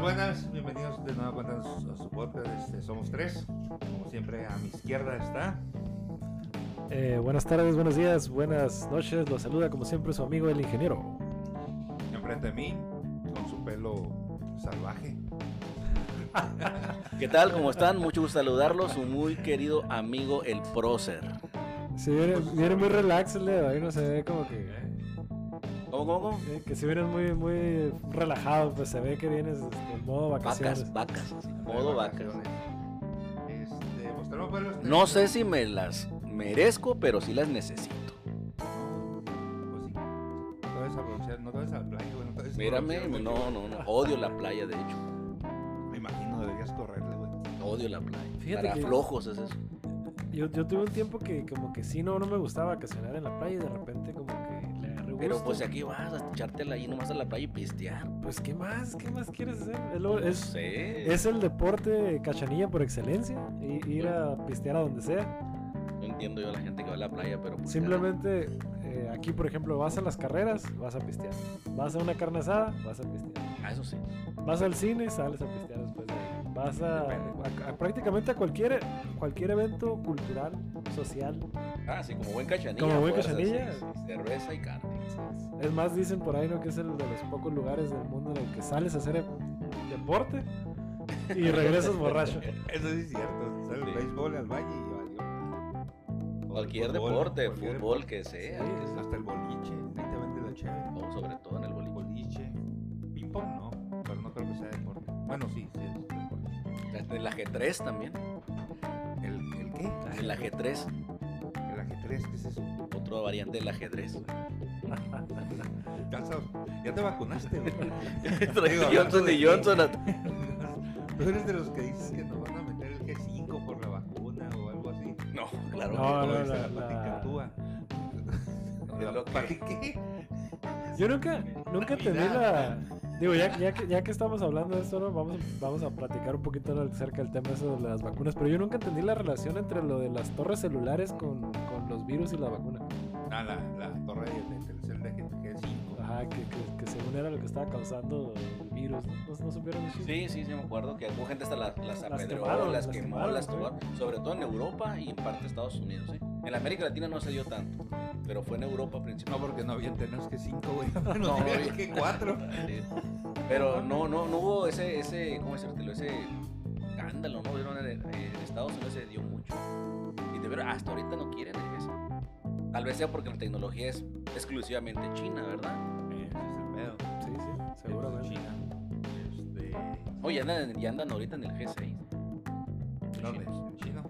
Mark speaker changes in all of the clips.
Speaker 1: buenas, bienvenidos de nuevo a su, a su podcast. Este, somos tres. Como siempre, a mi izquierda está.
Speaker 2: Eh, buenas tardes, buenos días, buenas noches. Los saluda como siempre su amigo el ingeniero.
Speaker 1: Enfrente de mí, con su pelo salvaje.
Speaker 3: ¿Qué tal? ¿Cómo están? Mucho gusto saludarlos. Su muy querido amigo el prócer.
Speaker 2: Si viene, viene muy relax el dedo, ahí no se ve como que.
Speaker 3: ¿Cómo, cómo, cómo?
Speaker 2: eh, que si vienes muy, muy relajado, pues se ve que vienes este, en modo vacaciones.
Speaker 3: Vacas, vacas. sí,
Speaker 1: De
Speaker 3: Modo vacas.
Speaker 1: Este, pues, tenemos varios temas.
Speaker 3: No sé si me las merezco, pero sí las necesito.
Speaker 1: Pues sí. No debes aprovechar, no debes hablar, güey, no debes
Speaker 3: Mírame,
Speaker 1: aprovechar mucho.
Speaker 3: no, no, no. Odio la playa, de hecho.
Speaker 1: Me imagino deberías correrle, güey.
Speaker 3: Odio la playa.
Speaker 2: Fíjate
Speaker 3: Para
Speaker 2: que-
Speaker 3: flojos es eso.
Speaker 2: Yo, yo tuve un tiempo que, como que sí, no, no me gustaba vacacionar en la playa y de repente, como que le agarré gusto.
Speaker 3: Pero pues aquí vas a echártela ahí nomás a la playa y pistear.
Speaker 2: Pues, ¿qué más? ¿Qué más quieres hacer? Es, lo- es-
Speaker 3: sé.
Speaker 2: es el deporte cachanilla por excelencia. i- ir a pistear a donde sea.
Speaker 3: No entiendo yo a la gente que va a la playa, pero. pues,
Speaker 2: Simplemente eh, aquí, por ejemplo, vas a las carreras, vas a pistear. Vas a una carne asada, vas a pistear.
Speaker 3: Ah, eso sí.
Speaker 2: Vas al cine, sales a pistear después de ahí. Vas a,
Speaker 1: Depende.
Speaker 2: a- a- prácticamente a cualquier, cualquier evento cultural, social.
Speaker 3: Ah, sí, como buen cachanilla.
Speaker 2: Como buen
Speaker 3: fuerzas,
Speaker 2: cachanilla.
Speaker 3: sí, sí, Cerveza y carne.
Speaker 2: Es más, dicen por ahí, ¿no? Que es el de los pocos lugares del mundo en el que sales a hacer e- deporte y regresas borracho.
Speaker 1: Eso sí es cierto. Sale el
Speaker 3: Sí.
Speaker 1: béisbol al valle y valió.
Speaker 3: Cualquier
Speaker 1: Fútbol,
Speaker 3: deporte,
Speaker 1: cualquier
Speaker 3: fútbol
Speaker 1: deporte.
Speaker 3: que sea.
Speaker 2: Sí.
Speaker 3: que sea.
Speaker 1: Hasta el boliche. Ahí te vende la chévere.
Speaker 3: No, sobre todo en el voleibol.
Speaker 1: Boliche. Ping-pong no. Pero no creo que sea deporte. Bueno, sí, sí es deporte.
Speaker 3: El ajedrez también.
Speaker 1: ¿El, el qué?
Speaker 3: El ajedrez.
Speaker 1: El ajedrez, ¿qué es eso?
Speaker 3: Otra variante del ajedrez.
Speaker 1: Calza, ya te vacunaste, güey.
Speaker 3: Traes
Speaker 1: Digo,
Speaker 3: Johnson y
Speaker 1: hablando
Speaker 3: Johnson.
Speaker 1: Tú eres de los que dices que nos van a meter el G5 por la vacuna o algo así.
Speaker 3: a- No, claro.
Speaker 2: No,
Speaker 3: que
Speaker 2: no,
Speaker 1: O
Speaker 2: la-
Speaker 1: sea, la
Speaker 2: la-
Speaker 1: paticatúa.
Speaker 3: Es
Speaker 1: ¿La
Speaker 3: lo que-
Speaker 1: patiqué?
Speaker 2: Yo nunca, nunca entendí la. Digo, ya, ya, que, ya que estamos hablando de esto, ¿no? vamos, a- vamos a platicar un poquito ¿no? acerca del tema eso de las vacunas. Pero yo nunca entendí la relación entre lo de las torres celulares con, con los virus y la vacuna.
Speaker 1: Ah, la, la torre de de Telcel de G5.
Speaker 2: Ajá, que, que, que según era lo que estaba causando el virus. ¿No, no, no supieron eso?
Speaker 3: Sí, sí, sí, me acuerdo que hubo gente hasta las, las apedreó,
Speaker 2: quemaron,
Speaker 3: las,
Speaker 2: las
Speaker 3: quemó,
Speaker 2: quemaron,
Speaker 3: las
Speaker 2: sí.
Speaker 3: tomó. Sobre todo en Europa y en parte de Estados Unidos. ¿eh? En la América Latina no se dio tanto, pero fue en Europa
Speaker 1: No,
Speaker 3: principalmente.
Speaker 1: porque no había tenemos G5, güey.
Speaker 3: No,
Speaker 1: No, había
Speaker 3: güey.
Speaker 1: G4.
Speaker 3: Sí. Pero no, no, no hubo ese, ese, ¿cómo decírtelo? Ese escándalo, ¿no? Vieron en, en Estados Unidos se dio mucho. Y de ver, hasta ahorita no quieren el GS. Tal vez sea porque la tecnología es exclusivamente china, ¿verdad?
Speaker 1: Eh, ese es el pedo.
Speaker 2: sí, sí, seguramente.
Speaker 1: China. Este.
Speaker 3: Oye, andan, ya andan ahorita en el G6. Los
Speaker 1: ¿Dónde?
Speaker 3: chinos.
Speaker 1: ¿En China?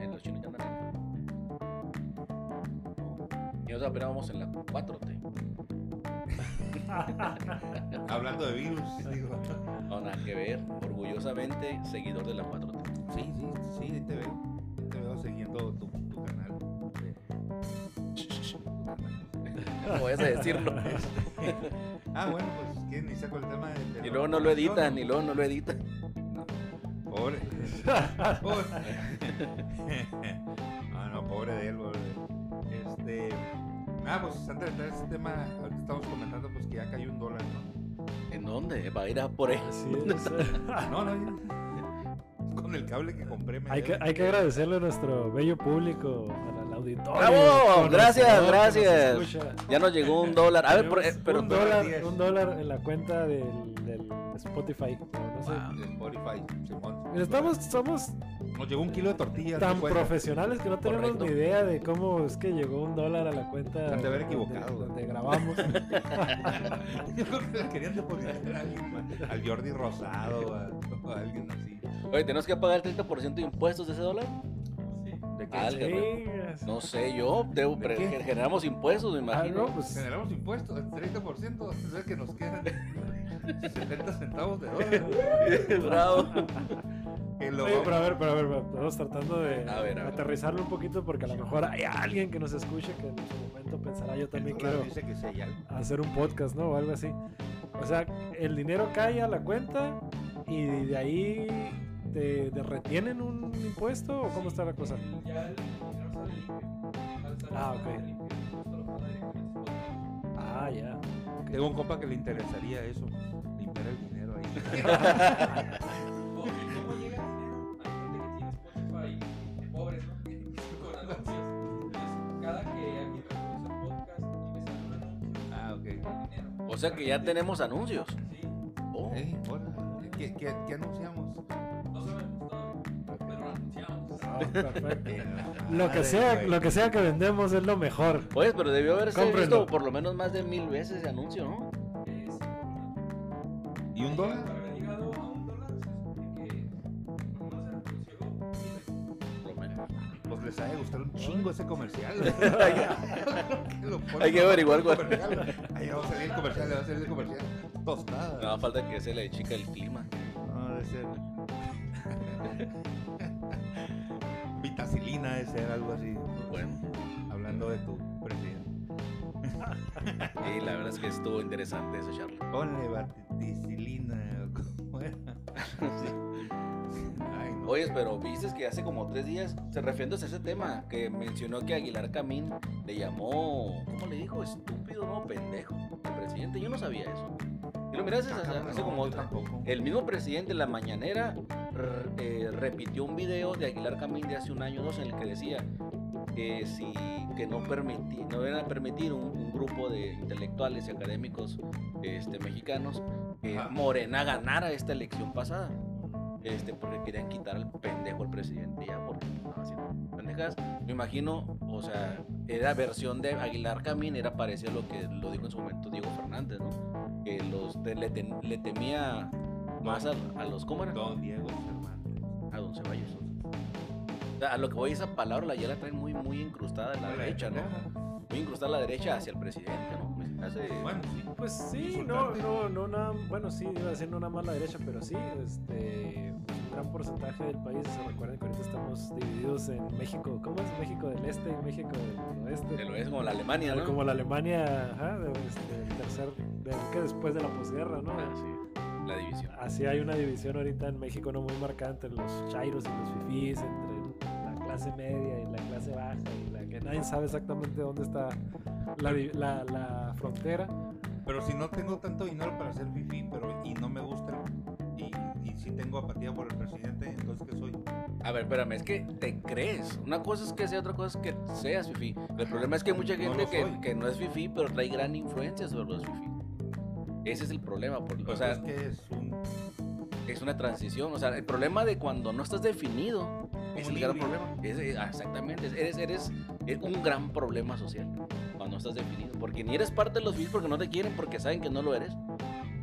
Speaker 3: Eh, los chinos ya andan en Y nosotros apenas vamos en la 4T.
Speaker 1: Hablando de virus, digo.
Speaker 3: No, nada que ver. Orgullosamente seguidor de la 4T.
Speaker 1: Sí, sí, sí, ahí te veo. Ahí te veo siguiendo tu, tu canal. de-
Speaker 3: No voy a decirlo.
Speaker 1: Ah, bueno, pues quién ni saco el tema de. de
Speaker 3: Y
Speaker 1: la
Speaker 3: luego no lo
Speaker 1: vacunación?
Speaker 3: editan, y luego no lo editan.
Speaker 1: Pobre. Pobre. ah, no, pobre de él, pobre de él. Este. Ah, pues antes de entrar a este tema, ahorita estamos comentando pues que ya cayó un dólar, ¿no?
Speaker 3: ¿En dónde? Va a ir a por ahí.
Speaker 2: Así es.
Speaker 1: No, no, ya. Con el cable que compré me
Speaker 2: Hay que,
Speaker 1: debe.
Speaker 2: hay que agradecerle a nuestro bello público, al, al auditorio.
Speaker 3: ¡Bravo!
Speaker 2: conocedor
Speaker 3: Gracias,
Speaker 2: que nos
Speaker 3: gracias.
Speaker 2: escucha.
Speaker 3: Ya nos llegó un dólar. A ver, por- eh,
Speaker 2: Tenemos
Speaker 3: pero.
Speaker 2: un
Speaker 1: pero-
Speaker 2: dólar,
Speaker 1: diez.
Speaker 2: un dólar en la cuenta del, del Spotify. o no sé.
Speaker 3: Wow.
Speaker 1: De Spotify, Simón.
Speaker 2: Mira, Estamos, somos
Speaker 1: Nos llegó un kilo de tortillas.
Speaker 2: tan
Speaker 1: ¿te cuenta?
Speaker 2: profesionales que no tenemos
Speaker 3: Correcto.
Speaker 2: ni idea de cómo es que llegó un dólar a la cuenta
Speaker 1: Han de haber
Speaker 2: donde-
Speaker 1: equivocado.
Speaker 2: donde, grabamos.
Speaker 1: Yo creo que le querían depositar a alguien, ma- al Jordi Rosado, a, o a alguien así.
Speaker 3: Oye, ¿tenemos que pagar el 30% de impuestos de ese dólar?
Speaker 1: ¿De
Speaker 3: Ah,
Speaker 1: qué?
Speaker 2: Sí,
Speaker 3: No sé, yo. Debo,
Speaker 1: ¿De
Speaker 3: pero
Speaker 1: qué?
Speaker 3: gen- generamos impuestos, me
Speaker 2: ah,
Speaker 3: imagino.
Speaker 2: no, pues,
Speaker 1: Generamos impuestos, el 30%, es el que nos quedan 70 centavos de dólar.
Speaker 3: pues, Bravo.
Speaker 1: Que lo
Speaker 2: oye, pero
Speaker 1: vamos-
Speaker 2: a ver, pero a ver, estamos tratando de
Speaker 3: A ver, a ver.
Speaker 2: aterrizarlo un poquito porque a lo mejor hay alguien que nos escuche que en su momento pensará yo también
Speaker 1: el dólar
Speaker 2: quiero
Speaker 1: dice que sí hay algo.
Speaker 2: hacer un podcast, ¿no? O algo así. O sea, el dinero cae a la cuenta y de ahí te, te retienen un impuesto o cómo está la cosa. Ah, Ah, ya.
Speaker 1: Tengo un compa que le interesaría eso, limpiar el dinero ahí.
Speaker 4: ¿Cómo cómo llega el dinero? Hay gente que tiene Spotify de pobres, ¿no? Con anuncios. Entonces, cada que alguien reproduce un podcast y me sale un anuncio,
Speaker 1: Ah, ok.
Speaker 4: el dinero.
Speaker 3: O sea que ya tenemos anuncios.
Speaker 4: Sí,
Speaker 3: Oh.
Speaker 1: Ey, Eh, órale. ¿Qué, qué, qué anunciamos?
Speaker 4: no sabemos todavía, pero anunciamos.
Speaker 2: Ah, perfecto.
Speaker 1: Lo
Speaker 2: Lo que, sea, lo que sea que vendemos es lo mejor.
Speaker 3: Pues, pero debió haberse
Speaker 2: Cómprenlo.
Speaker 3: visto por lo menos más de mil veces ese anuncio, ¿no?
Speaker 4: Eh, sí,
Speaker 1: ¿Y un dólar?
Speaker 4: Para haber llegado a un dólar, se supone que por lo menos se reprodució mil veces.
Speaker 3: Por lo menos.
Speaker 1: Pues les ha de gustar un chingo ese comercial. Lo ponen
Speaker 3: hay que
Speaker 1: como
Speaker 3: averiguar, güey.
Speaker 1: comercial. Ahí va a salir el comercial, le va a salir el comercial. Tostada.
Speaker 3: No, falta que se le chica el clima.
Speaker 1: No, debe ser. Vitacilina debe ser algo así.
Speaker 3: Bueno,
Speaker 1: Hablando de tu presidente.
Speaker 3: y la verdad es que estuvo interesante esa charla.
Speaker 1: Ponle vaticilina. ¿Cómo era? Ay, no.
Speaker 3: Oye, pero viste que hace como tres días, se refiriendo a ese tema, que mencionó que Aguilar Camín le llamó, ¿cómo le dijo? Estúpido, no, pendejo, al presidente. Yo no sabía eso. Y lo miras
Speaker 1: Ah,
Speaker 3: hace,
Speaker 1: cabrón,
Speaker 3: hace como
Speaker 1: no,
Speaker 3: otra.
Speaker 1: tampoco.
Speaker 3: El mismo presidente en la mañanera r- eh, repitió un video de Aguilar Camín de hace un año o dos en el que decía que, si, que no, permiti, no iban a permitir un, un grupo de intelectuales y académicos este, mexicanos que
Speaker 1: Ajá.
Speaker 3: Morena ganara esta elección pasada. Este, porque querían quitar al pendejo al presidente ya porque estaba haciendo pendejadas. Me imagino, o sea, era versión de Aguilar Camín, era parecido a lo que lo dijo en su momento Diego Fernández, ¿no? Que los, te- le, tem- le temía más a, a los ¿cómo era?
Speaker 1: Don Diego Cervantes.
Speaker 3: A Don Ceballos. O sea, A lo que voy, esa palabra la ya la traen muy, muy incrustada a la derecha, ¿no? Muy incrustada a la derecha hacia el presidente, ¿no? Me hace-
Speaker 1: Bueno, sí.
Speaker 2: Pues sí, no,
Speaker 1: Insultante.
Speaker 2: no, no, nada, bueno, sí, iba a decir no nada más la derecha, pero sí, este, un gran porcentaje del país, se recuerden que ahorita estamos divididos en México, ¿cómo es? México del Este y México del Oeste.
Speaker 3: de lo es como la Alemania, ¿no?
Speaker 2: Como la Alemania, ajá, de- este, el tercer, del que después de la posguerra, ¿no?
Speaker 3: Ah, sí, La división.
Speaker 2: Así hay una división ahorita en México no muy marcada entre los chairos y los fifís, entre la clase media y la clase baja y la que nadie sabe exactamente dónde está la, di- la- la frontera.
Speaker 1: Pero si no tengo tanto dinero para hacer fifi, pero y no me gusta y, y si tengo apatía por el presidente, entonces ¿qué soy?
Speaker 3: A ver, espérame, es que te crees. Una cosa es que sea, otra cosa es que seas fifi. El problema es que hay mucha
Speaker 1: No
Speaker 3: gente
Speaker 1: lo
Speaker 3: que,
Speaker 1: soy.
Speaker 3: que no es fifi, pero trae gran influencia sobre los fifi. Ese es el problema. por- o
Speaker 1: Pues
Speaker 3: sea,
Speaker 1: es que es un
Speaker 3: es una transición. O sea, el problema de cuando no estás definido es
Speaker 1: un
Speaker 3: el gran
Speaker 1: híbrido.
Speaker 3: problema. Es- es- exactamente. Eres, eres, eres un gran problema social cuando no estás definido. Porque ni eres parte de los fifís porque no te quieren, porque saben que no lo eres.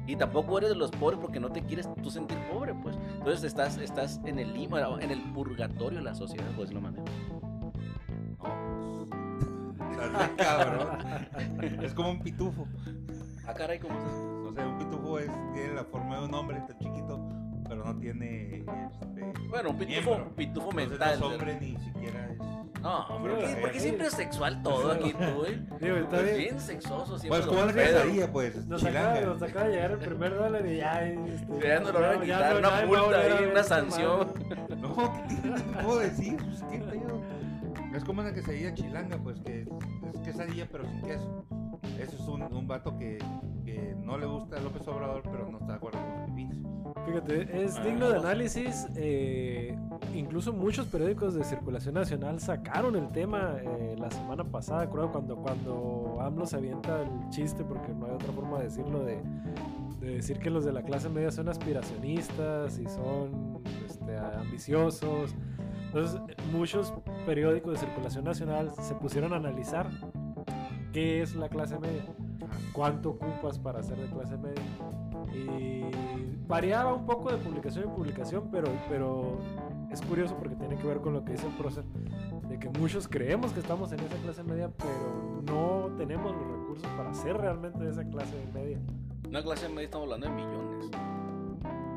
Speaker 3: Y tampoco eres de los pobres porque no te quieres tú sentir pobre, pues. Entonces estás, estás en el lima- en el purgatorio de la sociedad, pues lo manera.
Speaker 1: No, pues, estás bien cabrón. Es como un pitufo.
Speaker 3: Ah, caray, ¿cómo estás?
Speaker 1: O sea, un pitufo es, tiene la forma de un hombre tan chiquito, pero no tiene este,
Speaker 3: Bueno, un pitufo,
Speaker 1: miembro.
Speaker 3: pitufo
Speaker 1: Entonces,
Speaker 3: mental.
Speaker 1: No es hombre ni siquiera es.
Speaker 3: No,
Speaker 1: Hombre,
Speaker 3: ¿por qué,
Speaker 1: sí.
Speaker 3: por qué siempre es sexual todo aquí, tú, güey?
Speaker 2: Digo, está
Speaker 3: Es
Speaker 2: bien.
Speaker 3: bien sexoso siempre.
Speaker 1: Pues como
Speaker 3: don
Speaker 1: la
Speaker 3: Pedro.
Speaker 1: quesadilla, pues.
Speaker 2: Nos acaba,
Speaker 1: chilanga.
Speaker 2: nos acaba de llegar el primer dólar y ya. este,
Speaker 3: Ya no lo van a
Speaker 2: ya
Speaker 3: quitar, una
Speaker 2: nadie va a
Speaker 3: multa
Speaker 2: volver a
Speaker 3: ahí,
Speaker 2: ver
Speaker 3: una
Speaker 2: esta
Speaker 3: sanción.
Speaker 2: madre.
Speaker 1: No, ¿qué te puedo decir? Pues, ¿Qué pedo? pues. Es como una quesadilla chilanga, pues, que es, es quesadilla pero sin queso. Eso es un, un vato que, que no le gusta a López Obrador, pero no está de acuerdo con los pipis.
Speaker 2: Fíjate, es
Speaker 3: Ah,
Speaker 2: digno de
Speaker 3: vamos.
Speaker 2: análisis. eh, incluso muchos periódicos de circulación nacional sacaron el tema eh, la semana pasada, creo, cuando, cuando AMLO se avienta el chiste, porque no hay otra forma de decirlo, de, de decir que los de la clase media son aspiracionistas y son este, ambiciosos. Entonces, muchos periódicos de circulación nacional se pusieron a analizar qué es la clase media, cuánto ocupas para ser de clase media. Y variaba un poco de publicación en publicación, pero, pero es curioso porque tiene que ver con lo que dice el prócer, de que muchos creemos que estamos en esa clase media, pero no tenemos los recursos para ser realmente de esa clase media.
Speaker 3: Una clase media estamos hablando de millones.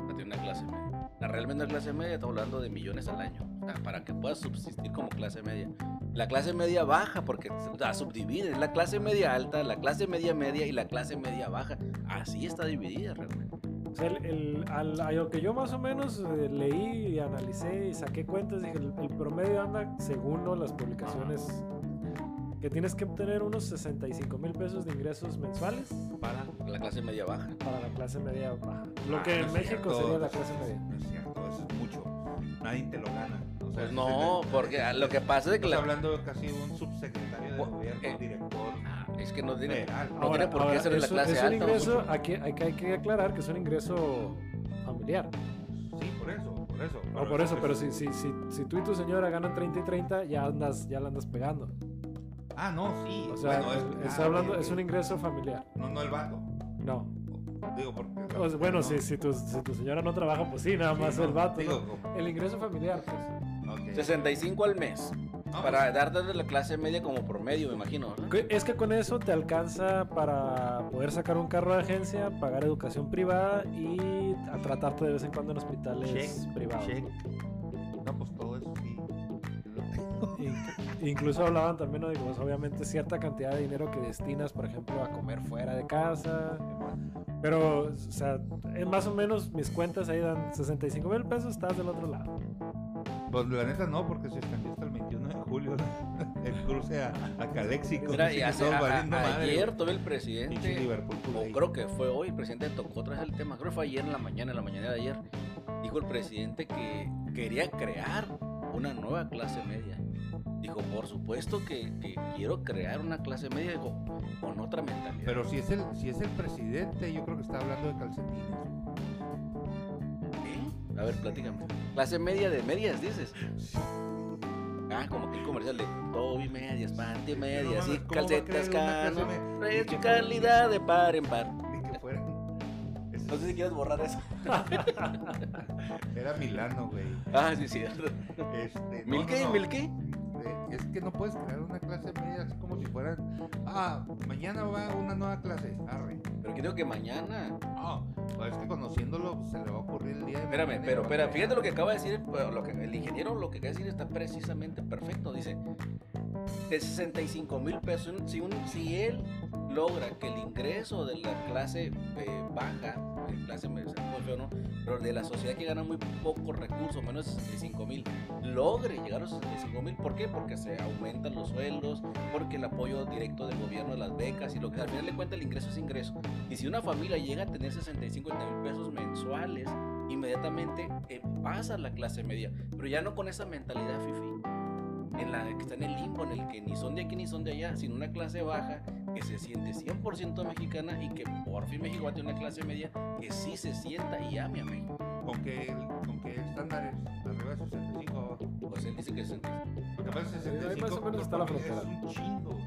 Speaker 3: No tiene una clase media. La realmente una clase media estamos hablando de millones al año. O sea, para que puedas subsistir como clase media. La clase media baja porque la subdividen. La clase media alta, la clase media media y la clase media baja. Así está dividida realmente.
Speaker 2: O sea, el, el- al- a lo que yo más o menos eh, leí y analicé y saqué cuentas, dije, el, el promedio anda, según ¿no? las publicaciones, que tienes que obtener unos 65 mil pesos de ingresos mensuales
Speaker 3: para la clase media baja.
Speaker 2: para la clase media o baja. Lo
Speaker 1: Ah,
Speaker 2: que
Speaker 1: no
Speaker 2: en
Speaker 1: es
Speaker 2: México
Speaker 1: cierto,
Speaker 2: sería la
Speaker 1: no
Speaker 2: clase
Speaker 1: es-
Speaker 2: media.
Speaker 1: No es cierto, eso es mucho. Nadie te lo gana. O sea,
Speaker 3: Pues
Speaker 1: es-
Speaker 3: no,
Speaker 1: es-
Speaker 3: porque ah, lo que pasa es que
Speaker 1: Estás
Speaker 3: la-
Speaker 1: hablando casi de un subsecretario de
Speaker 3: Bueno,
Speaker 1: gobierno,
Speaker 3: eh,
Speaker 1: director.
Speaker 3: Ah, es que no tiene,
Speaker 1: general.
Speaker 3: no tiene por qué ser de la
Speaker 2: es un-
Speaker 3: clase
Speaker 2: es un
Speaker 3: alta. o
Speaker 2: ingreso,
Speaker 3: mucho.
Speaker 2: aquí, aquí hay que aclarar que es un ingreso familiar.
Speaker 1: Sí, por eso, por eso.
Speaker 2: No, por eso, pero si, si, si, si tú y tu señora ganan 30 y 30, ya andas, ya la andas pegando.
Speaker 1: Ah, no, sí.
Speaker 2: O sea,
Speaker 1: bueno, es,
Speaker 2: está
Speaker 1: ah,
Speaker 2: hablando,
Speaker 1: ok,
Speaker 2: es
Speaker 1: ok.
Speaker 2: un ingreso familiar.
Speaker 1: No, no el vato.
Speaker 2: No.
Speaker 1: Digo, porque.
Speaker 2: O sea, bueno,
Speaker 1: no.
Speaker 2: si, si, tu, si tu señora no trabaja, pues sí, nada
Speaker 1: Sí,
Speaker 2: más
Speaker 1: no,
Speaker 2: el vato.
Speaker 1: Digo,
Speaker 2: ¿no?
Speaker 1: como-
Speaker 2: El ingreso familiar, pues.
Speaker 1: ok.
Speaker 3: 65 al mes.
Speaker 1: No, pues,
Speaker 3: Para darte de la clase media como promedio, me imagino. ¿no?
Speaker 2: Que- Es que con eso te alcanza para poder sacar un carro de agencia, pagar educación privada y a tratarte de vez en cuando en hospitales
Speaker 1: Check,
Speaker 2: privados.
Speaker 1: check. No, pues todo eso sí.
Speaker 2: In- Incluso hablaban también ¿no? de que, pues, obviamente cierta cantidad de dinero que destinas, por ejemplo, a comer fuera de casa. Pero, o sea, en más o menos mis cuentas ahí dan 65 mil pesos, estás del otro lado.
Speaker 1: Pues la neta no, porque se extendió hasta el 21 de julio el cruce a, a Calexico.
Speaker 3: Mira,
Speaker 1: así
Speaker 3: y
Speaker 1: que
Speaker 3: hace,
Speaker 1: todos
Speaker 3: a- a-
Speaker 1: valiendo madre,
Speaker 3: ayer
Speaker 1: güey.
Speaker 3: todavía el
Speaker 1: Pinche
Speaker 3: presidente,
Speaker 1: Liverpool. pues,
Speaker 3: o
Speaker 1: güey.
Speaker 3: creo que fue hoy, el presidente tocó otra vez el tema. Creo que fue ayer en la mañana, en la mañana de ayer. Dijo el presidente que quería crear una nueva clase media. Dijo, por supuesto que, que quiero crear una clase media, dijo, con otra mentalidad.
Speaker 1: Pero si es, el, si es el presidente, yo creo que está hablando de calcetines.
Speaker 3: ¿Eh? A ver, platícame. Clase media de medias, dices. Ah, como que el comercial de Toby medias, panty medias,
Speaker 1: mames,
Speaker 3: y
Speaker 1: ¿cómo va a creer
Speaker 3: calcetas
Speaker 1: una
Speaker 3: cano.
Speaker 1: clase me-
Speaker 3: Trae
Speaker 1: de
Speaker 3: tu
Speaker 1: que-
Speaker 3: calidad de par en par.
Speaker 1: Ni que fuera. Eso
Speaker 3: No sé si quieres borrar eso.
Speaker 1: Era Milano, güey.
Speaker 3: Ah, sí, cierto.
Speaker 1: Este, no,
Speaker 3: ¿Milky?
Speaker 1: no, no.
Speaker 3: ¿Milky?
Speaker 1: Eh, Es que no puedes crear una clase media así como si fueran. Ah, mañana va una nueva clase. Arre.
Speaker 3: Pero que digo que mañana.
Speaker 1: Ah, pues es que conociéndolo se le va a ocurrir el día de
Speaker 3: Espérame,
Speaker 1: mañana y
Speaker 3: pero
Speaker 1: va a
Speaker 3: espera,
Speaker 1: crear.
Speaker 3: fíjate lo que acaba de decir pero lo que, el ingeniero, lo que acaba de decir está precisamente perfecto. Dice, de 65 mil pesos, un- si, un- si él logra que el ingreso de la clase eh, baja, eh, clase media, pues, yo no, pero de la sociedad que gana muy pocos recursos, menos de 65 mil, logre llegar a los 65 mil. ¿Por qué? Porque se aumentan los sueldos, porque el apoyo directo del gobierno de las becas y lo que al final de cuentas el ingreso es ingreso. Y si una familia llega a tener 65 mil pesos mensuales, inmediatamente eh, pasa a la clase media, pero ya no con esa mentalidad fifi, en la que está en el limbo, en el que ni son de aquí ni son de allá, sino una clase baja que se siente 100% mexicana y que por fin México va a tener una clase media que sí se sienta y ame a México.
Speaker 1: Con que, con que estándares arriba de 65 abajo.
Speaker 3: Pues él dice que se siente.
Speaker 1: Lo que pasa es
Speaker 2: Ahí
Speaker 1: 65
Speaker 2: más o menos está la
Speaker 1: es
Speaker 2: frontera.
Speaker 1: un chingo.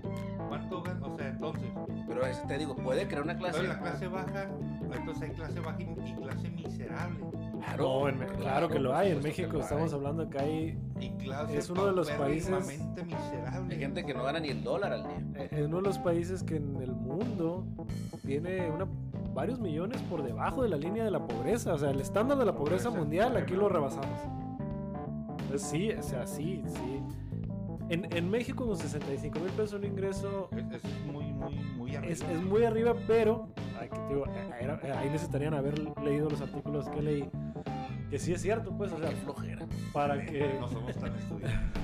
Speaker 1: ¿Cuánto gan- O sea, entonces.
Speaker 3: Pero es- te digo, puede crear una clase.
Speaker 1: Entonces la clase baja, entonces hay clase baja y, y clase miserable.
Speaker 3: Claro,
Speaker 2: No, en-
Speaker 3: claro,
Speaker 2: claro que lo
Speaker 3: por
Speaker 2: hay. En
Speaker 3: supuesto que
Speaker 2: México
Speaker 3: lo
Speaker 2: estamos
Speaker 3: hay.
Speaker 2: hablando que hay
Speaker 1: Y clase
Speaker 2: Es uno de los países-
Speaker 1: paupérrimamente miserable.
Speaker 3: Hay gente que no gana ni el dólar al día.
Speaker 2: eh, en uno de los países que en el mundo tiene una- varios millones por debajo de la línea de la pobreza. O sea, el estándar de la pobreza
Speaker 1: Pobreza
Speaker 2: mundial
Speaker 1: extrema.
Speaker 2: aquí lo rebasamos. Pues sí, o sea, sí, sí. En, en México con 65 mil pesos un ingreso
Speaker 1: Es, es muy, muy, muy arriba.
Speaker 2: es, es muy arriba, pero ay, que te digo, era- ahí necesitarían haber leído los artículos que leí. Que sí es cierto, pues, o sea,
Speaker 3: Qué flojera.
Speaker 2: para que...
Speaker 1: No somos tan estudiantes.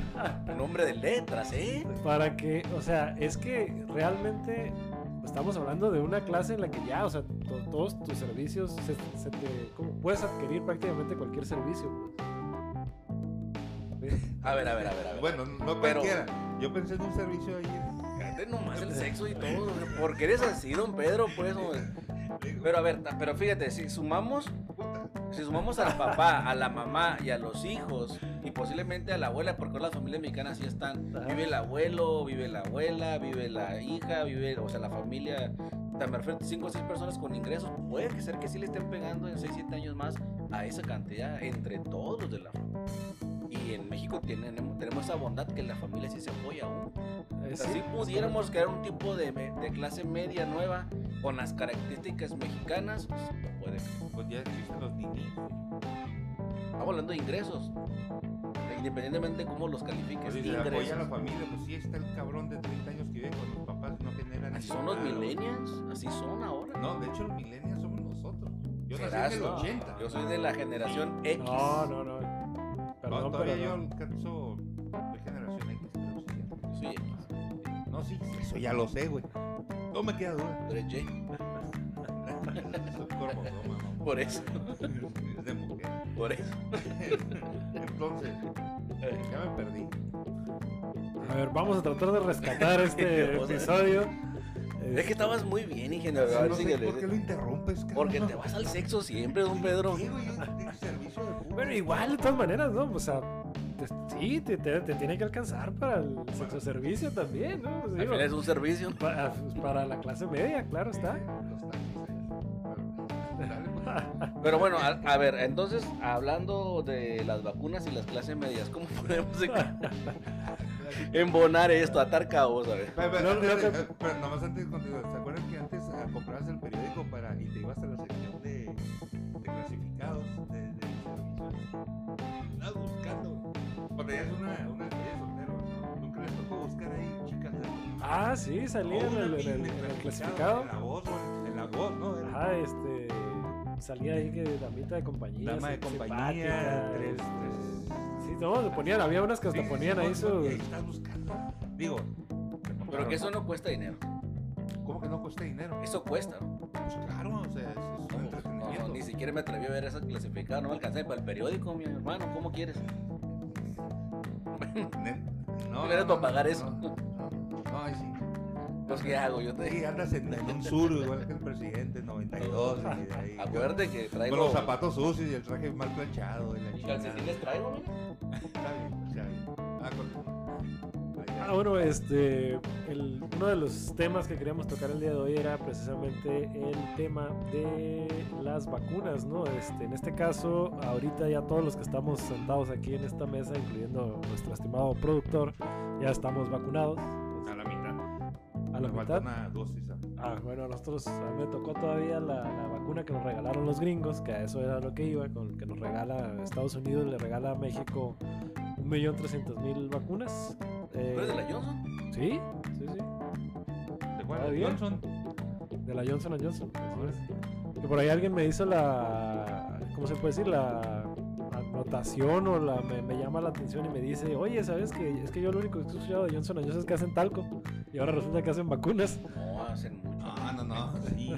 Speaker 3: Un hombre de letras, ¿eh?
Speaker 2: Para que, o sea, es que realmente estamos hablando de una clase en la que ya, o sea, to- todos tus servicios se, se te. ¿cómo? Puedes adquirir prácticamente cualquier servicio. pues.
Speaker 3: A ver, a ver, a ver. A ver.
Speaker 1: Bueno, no
Speaker 3: Pero-
Speaker 1: cualquiera. Yo pensé en un servicio ahí.
Speaker 3: Fíjate nomás el sexo y todo. Porque eres así, don Pedro, por eso. Pero a ver, ta- pero fíjate, si sumamos, si sumamos al papá, a la mamá y a los hijos, y posiblemente a la abuela, porque las familias mexicanas sí están.
Speaker 2: Ajá.
Speaker 3: Vive el abuelo, vive la abuela, vive la hija, vive, o sea, la familia. También 5 o 6 personas con ingresos. Puede que ser que sí le estén pegando en 6, 7 años más a esa cantidad entre todos los de la familia. Y en México tenemos, tenemos esa bondad que la familia sí se apoya aún.
Speaker 2: Eh,
Speaker 3: Si
Speaker 2: sí,
Speaker 3: pudiéramos crear un tipo de, me- de clase media nueva con las características mexicanas, pues, lo puede.
Speaker 1: Pues ya existen los ninis.
Speaker 3: Estamos hablando de ingresos, independientemente de cómo los califiques.
Speaker 1: Pues si se apoya a la
Speaker 3: ingresos.
Speaker 1: familia, pues sí está el cabrón de 30 años que vive con los papás y no genera ni
Speaker 3: Así son los
Speaker 1: nada, güey.
Speaker 3: millennials, así son ahora.
Speaker 1: Ah, No, de hecho los millennials somos nosotros. Yo nací en
Speaker 3: Serás,
Speaker 1: el
Speaker 3: ¿no?
Speaker 1: 80.
Speaker 3: Yo soy de la generación X.
Speaker 2: No, no, no.
Speaker 1: No,
Speaker 2: Perdón,
Speaker 1: todavía
Speaker 2: pero.
Speaker 1: yo
Speaker 2: no.
Speaker 1: alcanzo de generación X, pero sí.
Speaker 3: Yo soy X.
Speaker 1: No, No, sí, sí, eso ya lo sé, güey. No me queda duda.
Speaker 3: Tú eres Jay.
Speaker 1: Soy cromosoma, mamá.
Speaker 3: Por eso,
Speaker 1: Es de mujer.
Speaker 3: por eso.
Speaker 1: Entonces,
Speaker 3: Eh.
Speaker 1: ya me perdí.
Speaker 2: A ver, vamos a tratar de rescatar este
Speaker 3: Vamos a ver.
Speaker 2: episodio.
Speaker 3: Es que estabas muy bien, ingeniero. A ver,
Speaker 1: no sé
Speaker 3: síguele.
Speaker 1: por qué lo interrumpes, cabrón.
Speaker 3: Porque te vas al sexo siempre, don Pedro.
Speaker 1: Sí, güey, es de servicio de público.
Speaker 2: Bueno, igual, de todas maneras, ¿no? O sea, te- sí, te, te- te tiene que alcanzar para el sexo servicio también, ¿no? Pues,
Speaker 3: Al
Speaker 2: digo,
Speaker 3: final es un servicio.
Speaker 2: pa- pues, para, la clase media, claro
Speaker 3: Eh,
Speaker 2: está.
Speaker 1: Los taxis ahí. Bueno, dale, pues.
Speaker 3: Pero bueno, a, a ver, entonces, hablando de las vacunas y las clases medias, ¿cómo podemos en- embonar esto, atar cabos? A ver.
Speaker 1: Pero, pero,
Speaker 2: No, no,
Speaker 1: antes de-
Speaker 2: no.
Speaker 1: pero nomás antes de continuar, ¿se acuerdan que antes ah, comprabas el periódico para, y te ibas a la sección de, de clasificados de, de servicios? Andabas buscando. Cuando ya es una, una despedida de soltero, ¿no? Nunca les tocó buscar ahí chicas de
Speaker 2: Ah, sí, salía
Speaker 1: o
Speaker 2: en
Speaker 1: una
Speaker 2: el, en
Speaker 1: pinche
Speaker 2: el- en el
Speaker 1: clasificado,
Speaker 2: clasificado.
Speaker 1: En la voz, güey, en la voz, ¿no? Era
Speaker 2: Ajá, este. Salía ahí que damita de compañía.
Speaker 1: Dama de
Speaker 2: sim-
Speaker 1: compañía,
Speaker 2: simpática,
Speaker 1: tres,
Speaker 2: este,
Speaker 1: tres.
Speaker 2: Sí, no, le ponían, había unas que hasta
Speaker 1: Sí,
Speaker 2: ponían
Speaker 1: sí,
Speaker 2: ahí
Speaker 1: sí, no,
Speaker 2: su.
Speaker 1: y ahí estás buscando. Digo,
Speaker 3: Pero que eso no cuesta dinero.
Speaker 1: ¿Cómo que no cuesta dinero?
Speaker 3: Eso cuesta. ¿no?
Speaker 1: Pues claro, o sea, es, es un
Speaker 3: No, no,
Speaker 1: entretenimiento.
Speaker 3: ni siquiera me atreví a ver esa clasificada. No me alcancé para el periódico, mi hermano. ¿Cómo quieres?
Speaker 1: Ne- No,
Speaker 3: Hubiera
Speaker 1: no,
Speaker 3: tu
Speaker 1: no,
Speaker 3: pagar
Speaker 1: no,
Speaker 3: eso.
Speaker 1: No, no, ay, sí.
Speaker 3: Pues, ¿qué hago? Yo
Speaker 1: Sí,
Speaker 3: te.
Speaker 1: andas en, en un sur igual que el presidente, 92. y de ahí,
Speaker 3: Acuérdate que traigo.
Speaker 1: Con los zapatos sucios y el traje mal planchado. Y la
Speaker 3: Y
Speaker 1: chingada.
Speaker 3: calcetines traigo, mira.
Speaker 1: Está bien, está bien. Ah, con- Ahí,
Speaker 2: Ah,
Speaker 1: ahí.
Speaker 2: bueno, este, el- uno de los temas que queríamos tocar el día de hoy era precisamente el tema de las vacunas, ¿no? Este, en este caso, ahorita ya todos los que estamos sentados aquí en esta mesa, incluyendo nuestro estimado productor, ya estamos vacunados. pues,
Speaker 1: A la mitad.
Speaker 2: A la
Speaker 1: Me falta
Speaker 2: mitad.
Speaker 1: una dosis. ah.
Speaker 2: Ah, bueno, a nosotros a mí me tocó todavía la, la vacuna que nos regalaron los gringos, que a eso era lo que iba, con que nos regala Estados Unidos, le regala a México 1.300.000 vacunas.
Speaker 3: ¿Tú eres de
Speaker 2: Eh,
Speaker 3: la Johnson?
Speaker 2: Sí, sí, sí.
Speaker 1: ¿De
Speaker 2: Ah,
Speaker 1: cuál?
Speaker 2: bien.
Speaker 1: Johnson. Ah,
Speaker 2: De la Johnson Johnson. Que por ahí alguien me hizo la. ¿Cómo se puede decir? La anotación o la, me, me llama la atención y me dice: Oye, ¿sabes que Es que yo lo único que he escuchado de Johnson Johnson es que hacen talco. Y ahora resulta que hacen vacunas.
Speaker 3: No, hacen mucho.
Speaker 1: No, no, no. Sí.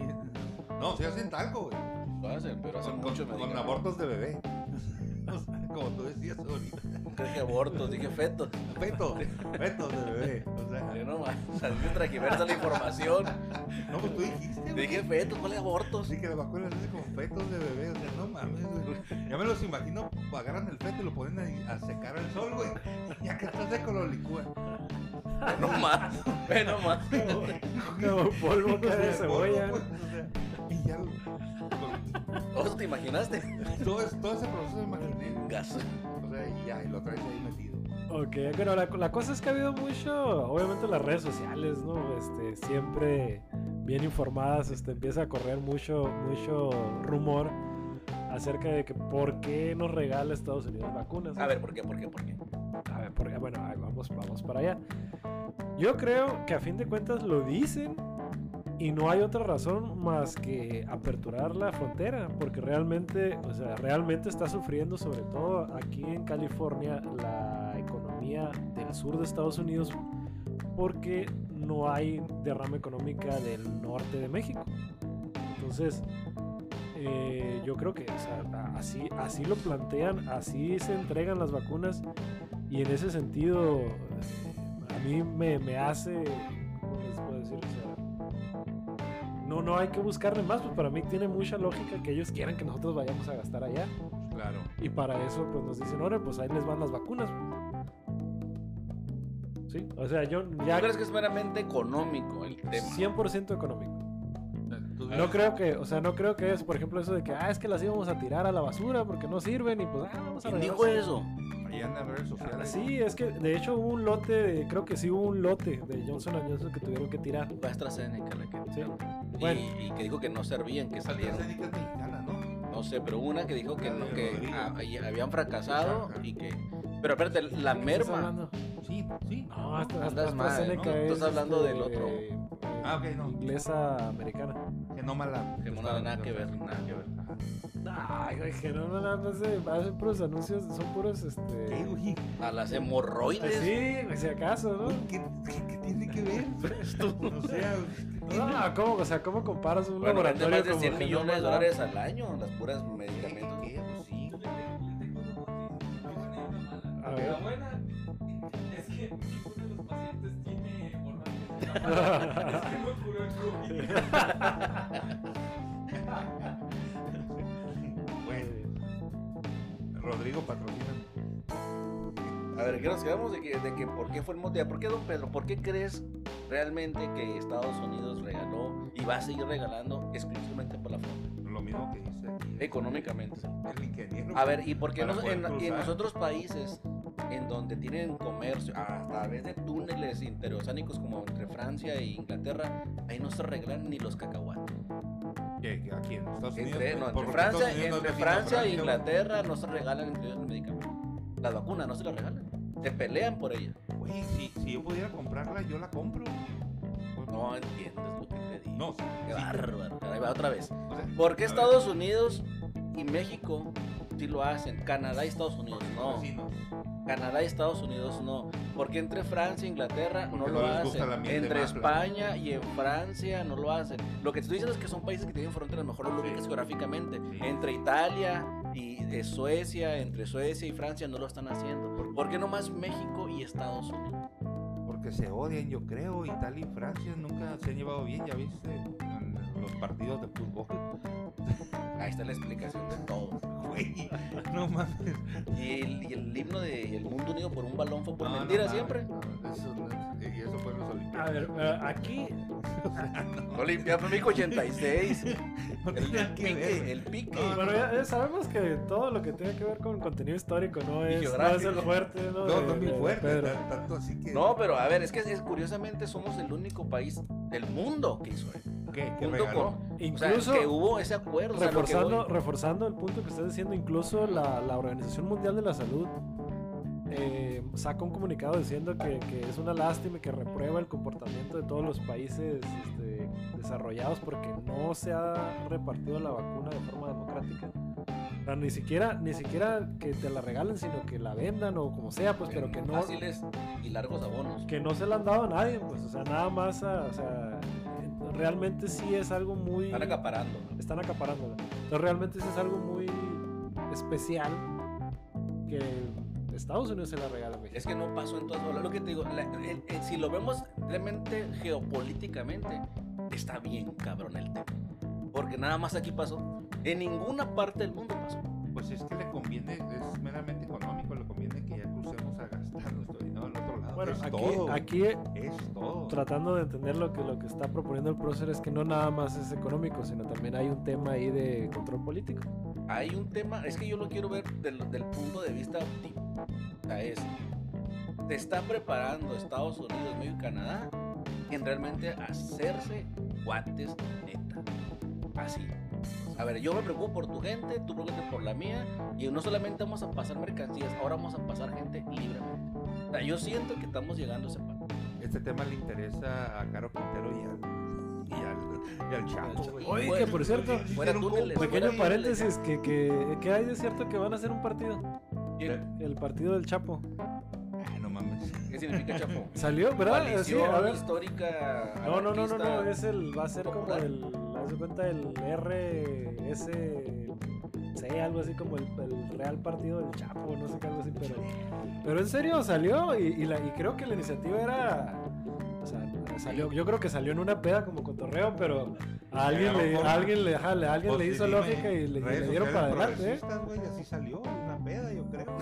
Speaker 1: No, se hacen talco, güey.
Speaker 3: Lo hacen, pero hacen
Speaker 1: Con,
Speaker 3: mucho.
Speaker 1: con,
Speaker 3: me
Speaker 1: con
Speaker 3: dijeron.
Speaker 1: abortos de bebé. O sea, Como tú decías ahorita.
Speaker 3: Dije abortos, dije fetos.
Speaker 1: Fetos, fetos de bebé. O sea,
Speaker 3: Yo no, así me tragiversa la información.
Speaker 1: no, pues tú dijiste, güey.
Speaker 3: Dije fetos, ¿cuál es abortos?
Speaker 1: Así que las vacunas hacen con fetos de bebé, o sea, no mames, güey. Ya me los imagino, pues, agarran el feto y lo ponen ahí a, secar al sol, güey. Ya que está seco lo licúan.
Speaker 3: No más, no más.
Speaker 2: Como polvo que de
Speaker 1: Entonces, polvo,
Speaker 2: cebolla.
Speaker 1: pues, o sea, Y ya lo-
Speaker 3: ¿O eso te imaginaste?
Speaker 1: con- todo, es- todo ese proceso me imaginé.
Speaker 3: Gas.
Speaker 1: O sea, y ya, y lo traes ahí metido.
Speaker 2: Ok, bueno, la, la cosa es que ha habido mucho, obviamente las redes sociales, ¿no? Este, siempre bien informadas, este, empieza a correr mucho, mucho rumor acerca de que por qué nos regala Estados Unidos vacunas.
Speaker 3: A ver, ¿por qué? ¿Por qué? ¿Por qué?
Speaker 2: A ver, porque, bueno, ahí vamos, vamos para allá. Yo creo que a fin de cuentas lo dicen y no hay otra razón más que aperturar la frontera, porque realmente, o sea, realmente está sufriendo, sobre todo aquí en California, la economía del sur de Estados Unidos, porque no hay derrama económica del norte de México. Entonces, eh, yo creo que o sea, a- así, así lo plantean, así se entregan las vacunas y en ese sentido eh, a mí me, me hace, ¿cómo les puedo decir? O sea, no, no hay que buscarle más, pues para mí tiene mucha lógica que ellos quieran que nosotros vayamos a gastar allá
Speaker 1: Claro.
Speaker 2: y para eso pues nos dicen, ahora pues ahí les van las vacunas. Sí, o sea, yo
Speaker 3: ¿Tú
Speaker 2: ya
Speaker 3: crees que es meramente económico el tema? Ah.
Speaker 2: 100% económico. No creo que, o sea, no creo que es, por ejemplo, eso de que, ah, es que las íbamos a tirar a la basura porque no sirven y pues, ah, vamos a
Speaker 3: ¿Quién dijo
Speaker 2: regalar".
Speaker 3: eso?
Speaker 1: Ahí anda a ver el
Speaker 2: Ah,
Speaker 1: social.
Speaker 2: Sí, es que de hecho hubo un lote, de- creo que sí hubo un lote de Johnson Johnson que tuvieron que tirar.
Speaker 3: Fue AstraZeneca la que
Speaker 2: Sí.
Speaker 3: y,
Speaker 2: Bueno.
Speaker 3: y que dijo que no servían, que salieron.
Speaker 1: AstraZeneca es mexicana, ¿no?
Speaker 3: No sé, pero una que dijo que
Speaker 1: La de
Speaker 3: no, que
Speaker 1: Rodrigo.
Speaker 3: ah, y habían fracasado
Speaker 1: Ajá.
Speaker 3: y que. Pero espérate, la
Speaker 2: ¿Qué estás
Speaker 3: merma.
Speaker 2: hablando?
Speaker 1: Sí, sí.
Speaker 2: No, hasta,
Speaker 3: Andas mal,
Speaker 2: AstraZeneca
Speaker 3: ¿no? Estás
Speaker 2: es,
Speaker 3: hablando del
Speaker 2: este,
Speaker 3: otro.
Speaker 2: eh,
Speaker 1: Ah, ok, no.
Speaker 2: inglesa americana.
Speaker 1: Que no mala.
Speaker 3: Que no nada que ver, nada que ver.
Speaker 1: Ajá.
Speaker 2: Ay, güey, que no, no, no, no sé, hacen puros anuncios, son puros,
Speaker 1: ¿Qué
Speaker 2: este...
Speaker 1: digo, Ji?
Speaker 3: A las hemorroides.
Speaker 2: Sí, güey, si acaso, ¿no?
Speaker 1: ¿Qué, qué, qué tiene que ver? o sea,
Speaker 2: No, ¿cómo, o sea, ¿cómo comparas un
Speaker 3: Bueno, vende
Speaker 2: laboratorio
Speaker 3: más de
Speaker 2: como
Speaker 3: 100
Speaker 2: Genoma
Speaker 3: millones de
Speaker 2: Lab?
Speaker 3: dólares al año, las puras
Speaker 1: ¿qué, qué,
Speaker 3: medicamentos.
Speaker 1: qué? Pues sí,
Speaker 4: Le tengo dos noticias, una buena y una
Speaker 2: A
Speaker 4: mala.
Speaker 2: ver.
Speaker 4: La buena es que ninguno de los pacientes tiene hemorroides. Es que no curó el COVID.
Speaker 3: Ah.
Speaker 1: Bueno, Rodrigo patrocina.
Speaker 3: A ver, ¿qué nos quedamos de que, de que por qué fue el motivo? ¿Por qué, don Pedro? ¿Por qué crees realmente que Estados Unidos regaló y va a seguir regalando exclusivamente por la frontera?
Speaker 1: Lo mismo que dice aquí eh,
Speaker 3: Económicamente.
Speaker 1: el ingeniero.
Speaker 3: A ver, ¿y por qué
Speaker 1: Para
Speaker 3: nos-
Speaker 1: poder
Speaker 3: en, en
Speaker 1: cruzar.
Speaker 3: los otros países en donde tienen comercio, a través de túneles interoceánicos como entre Francia e Inglaterra, ahí no se arreglan ni los cacahuates?
Speaker 1: ¿Qué- qué- aquí en Estados Unidos.
Speaker 3: Entre,
Speaker 1: pues,
Speaker 3: no, entre
Speaker 1: porque
Speaker 3: Francia,
Speaker 1: Estados Unidos no es
Speaker 3: entre
Speaker 1: vecino a
Speaker 3: Francia e
Speaker 1: güey.
Speaker 3: Inglaterra no se regalan entre ellos los medicamentos. Las vacunas no se las regalan. Se pelean por ellas.
Speaker 1: Güey, si, si yo pudiera comprarla, yo la compro.
Speaker 3: No entiendes lo que te digo.
Speaker 1: Pues, No, sí,
Speaker 3: Qué
Speaker 1: sí.
Speaker 3: bárbaro. Ahí va otra vez.
Speaker 1: O sea,
Speaker 3: ¿Por qué
Speaker 1: a ver,
Speaker 3: Estados Unidos y México sí lo hacen? Canadá y Estados Unidos
Speaker 1: porque son
Speaker 3: Pues, no.
Speaker 1: vecinos.
Speaker 3: Canadá y Estados Unidos no. Porque entre Francia e Inglaterra
Speaker 1: Porque
Speaker 3: no
Speaker 1: no
Speaker 3: lo
Speaker 1: les gusta
Speaker 3: hacen.
Speaker 1: la miel de
Speaker 3: Entre
Speaker 1: mafla.
Speaker 3: España y en Francia no lo hacen. Lo que te estoy diciendo es que son países que tienen fronteras mejor lo
Speaker 1: Sí.
Speaker 3: ubicas geográficamente.
Speaker 1: Sí.
Speaker 3: Entre Italia y eh, Suecia, entre Suecia y Francia no lo están haciendo. ¿Por qué nomás México y Estados Unidos?
Speaker 1: Porque se odian, yo creo. Italia y Francia nunca se han llevado bien, ya viste. en Los partidos de fútbol.
Speaker 3: Ahí está la explicación de todo.
Speaker 1: Güey, no mames.
Speaker 3: Y el, y el himno de El Mundo Unido por un balón fue por
Speaker 1: No, no
Speaker 3: mentira
Speaker 1: mames,
Speaker 3: siempre.
Speaker 1: no, eso no- y eso fue en los
Speaker 2: A
Speaker 1: Olimpiadas.
Speaker 2: ver, eh, aquí
Speaker 3: Olimpia fue 86.
Speaker 1: No
Speaker 3: El,
Speaker 1: tenía que
Speaker 3: pique,
Speaker 1: ver.
Speaker 3: el pique.
Speaker 1: No,
Speaker 2: Bueno, ya, ya sabemos que todo lo que tiene que ver con contenido histórico no es, no es
Speaker 3: geográfico.
Speaker 2: el fuerte, ¿no?
Speaker 1: No,
Speaker 2: de-
Speaker 1: no es muy
Speaker 2: de- de
Speaker 1: fuerte.
Speaker 2: Pedro.
Speaker 1: tan- Tanto así que.
Speaker 3: No, pero a ver, es que es- curiosamente somos el único país del mundo que hizo eso.
Speaker 1: ¿Qué? ¿Qué
Speaker 3: Junto
Speaker 1: regaló?
Speaker 3: con- o sea,
Speaker 2: Incluso,
Speaker 3: que hubo ese acuerdo. o sea, lo que
Speaker 2: reforzando,
Speaker 3: voy-
Speaker 2: reforzando el punto que estás diciendo, incluso la, la Organización Mundial de la Salud eh, saca un comunicado diciendo que, que es una lástima y que reprueba el comportamiento de todos los países este, desarrollados porque no se ha repartido la vacuna de forma democrática. O sea, ni siquiera, ni siquiera que te la regalen, sino que la vendan o como sea, pues, pero que no,
Speaker 3: Fáciles y largos abonos.
Speaker 2: que no se la han dado a nadie, pues, o sea, nada más, a- o sea, realmente sí es algo muy
Speaker 3: Están acaparando. ¿no?
Speaker 2: están acaparándola. Entonces realmente eso es algo muy especial que Estados Unidos se la regala a México.
Speaker 3: Es que no pasó en todas partes. Lo que te digo, la- el- el- si lo vemos realmente geopolíticamente, está bien cabrón el tema. Porque nada más aquí pasó. En ninguna parte del mundo pasó.
Speaker 1: Pues es que le conviene, es meramente económico, le conviene que ya crucemos a gastar nuestro dinero al otro lado.
Speaker 2: Bueno,
Speaker 1: es
Speaker 2: aquí,
Speaker 1: todo.
Speaker 2: aquí eh,
Speaker 1: Es todo.
Speaker 2: tratando de entender lo que, lo que está proponiendo el prócer es que no nada más es económico, sino también hay un tema ahí de control político.
Speaker 3: Hay un tema, es que yo lo quiero ver del, del punto de vista óptimo. O sea, es, te está preparando Estados Unidos, México y Canadá en realmente hacerse guantes neta. Así. A ver, yo me preocupo por tu gente, tú preocupes por la mía, y no solamente vamos a pasar mercancías, ahora vamos a pasar gente libremente. O sea, yo siento que estamos llegando a ese punto.
Speaker 1: Este tema le interesa a Caro Quintero y al, y al, y al Chapo. güey.
Speaker 2: Oye,
Speaker 3: Fuera-
Speaker 2: que por cierto,
Speaker 3: fuera
Speaker 1: hicieron
Speaker 3: túneles,
Speaker 1: compas.
Speaker 3: fuera
Speaker 2: Pequeño
Speaker 3: libres,
Speaker 2: paréntesis, que, que, que hay de cierto que van a hacer un partido,
Speaker 3: ¿Qué,
Speaker 2: el partido del Chapo.
Speaker 1: Ah, no mames.
Speaker 3: qué significa Chapo?
Speaker 2: ¿Salió, verdad? Sí, a
Speaker 3: Coalición
Speaker 2: ver.
Speaker 3: histórica.
Speaker 2: No, no, no, no, no,
Speaker 3: anarquista.
Speaker 2: es el, va a ser como
Speaker 3: popular.
Speaker 2: el, haz de cuenta el RSC, algo así como el, el Real Partido del Chapo, no sé qué, algo así, pero, pero en serio salió y, y la, y creo que la iniciativa era, o sea, salió, yo creo que salió en una peda como cotorreo, pero a alguien le, a alguien le, ajá, le- a alguien le
Speaker 1: Pues,
Speaker 2: hizo
Speaker 1: dime,
Speaker 2: lógica y le, y
Speaker 1: redes
Speaker 2: le dieron
Speaker 1: sociales
Speaker 2: para adelante, ¿eh?
Speaker 1: progresistas, güey, así salió, una peda, yo creo.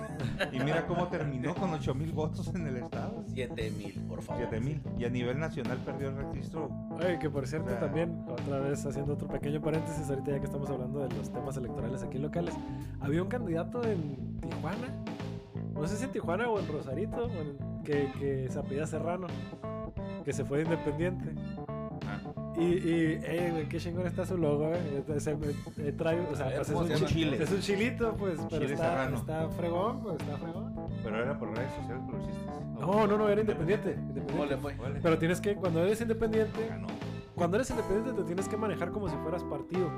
Speaker 1: Y mira cómo terminó con 8 mil votos en el estado.
Speaker 3: 7 mil, por favor.
Speaker 1: 7 mil. Y a nivel nacional perdió el registro.
Speaker 2: Oye, que por cierto
Speaker 1: sea-
Speaker 2: también, otra vez haciendo otro pequeño paréntesis, ahorita ya que estamos hablando de los temas electorales aquí locales, había un candidato en Tijuana, no sé si en Tijuana o en Rosarito, o en- que, que se apellía Serrano, que se fue de independiente.
Speaker 3: Ah.
Speaker 2: Y, y eh, güey, qué chingón está su logo, eh. Ese, eh, eh, trae- o sea,
Speaker 3: A ver,
Speaker 2: pues es,
Speaker 3: ¿cómo
Speaker 2: un
Speaker 3: se llama?
Speaker 2: chile. es un chilito, pues, pero
Speaker 1: Chile
Speaker 2: está,
Speaker 1: serrano.
Speaker 2: está fregón, pues, está fregón.
Speaker 1: Pero era por redes sociales progresistas.
Speaker 2: No, no, no, era independiente.
Speaker 3: ¿Cómo
Speaker 2: independiente.
Speaker 3: le fue?
Speaker 1: Órale.
Speaker 2: Pero tienes que, cuando eres independiente,
Speaker 1: Ganó.
Speaker 2: cuando eres independiente te tienes que manejar como si fueras partido.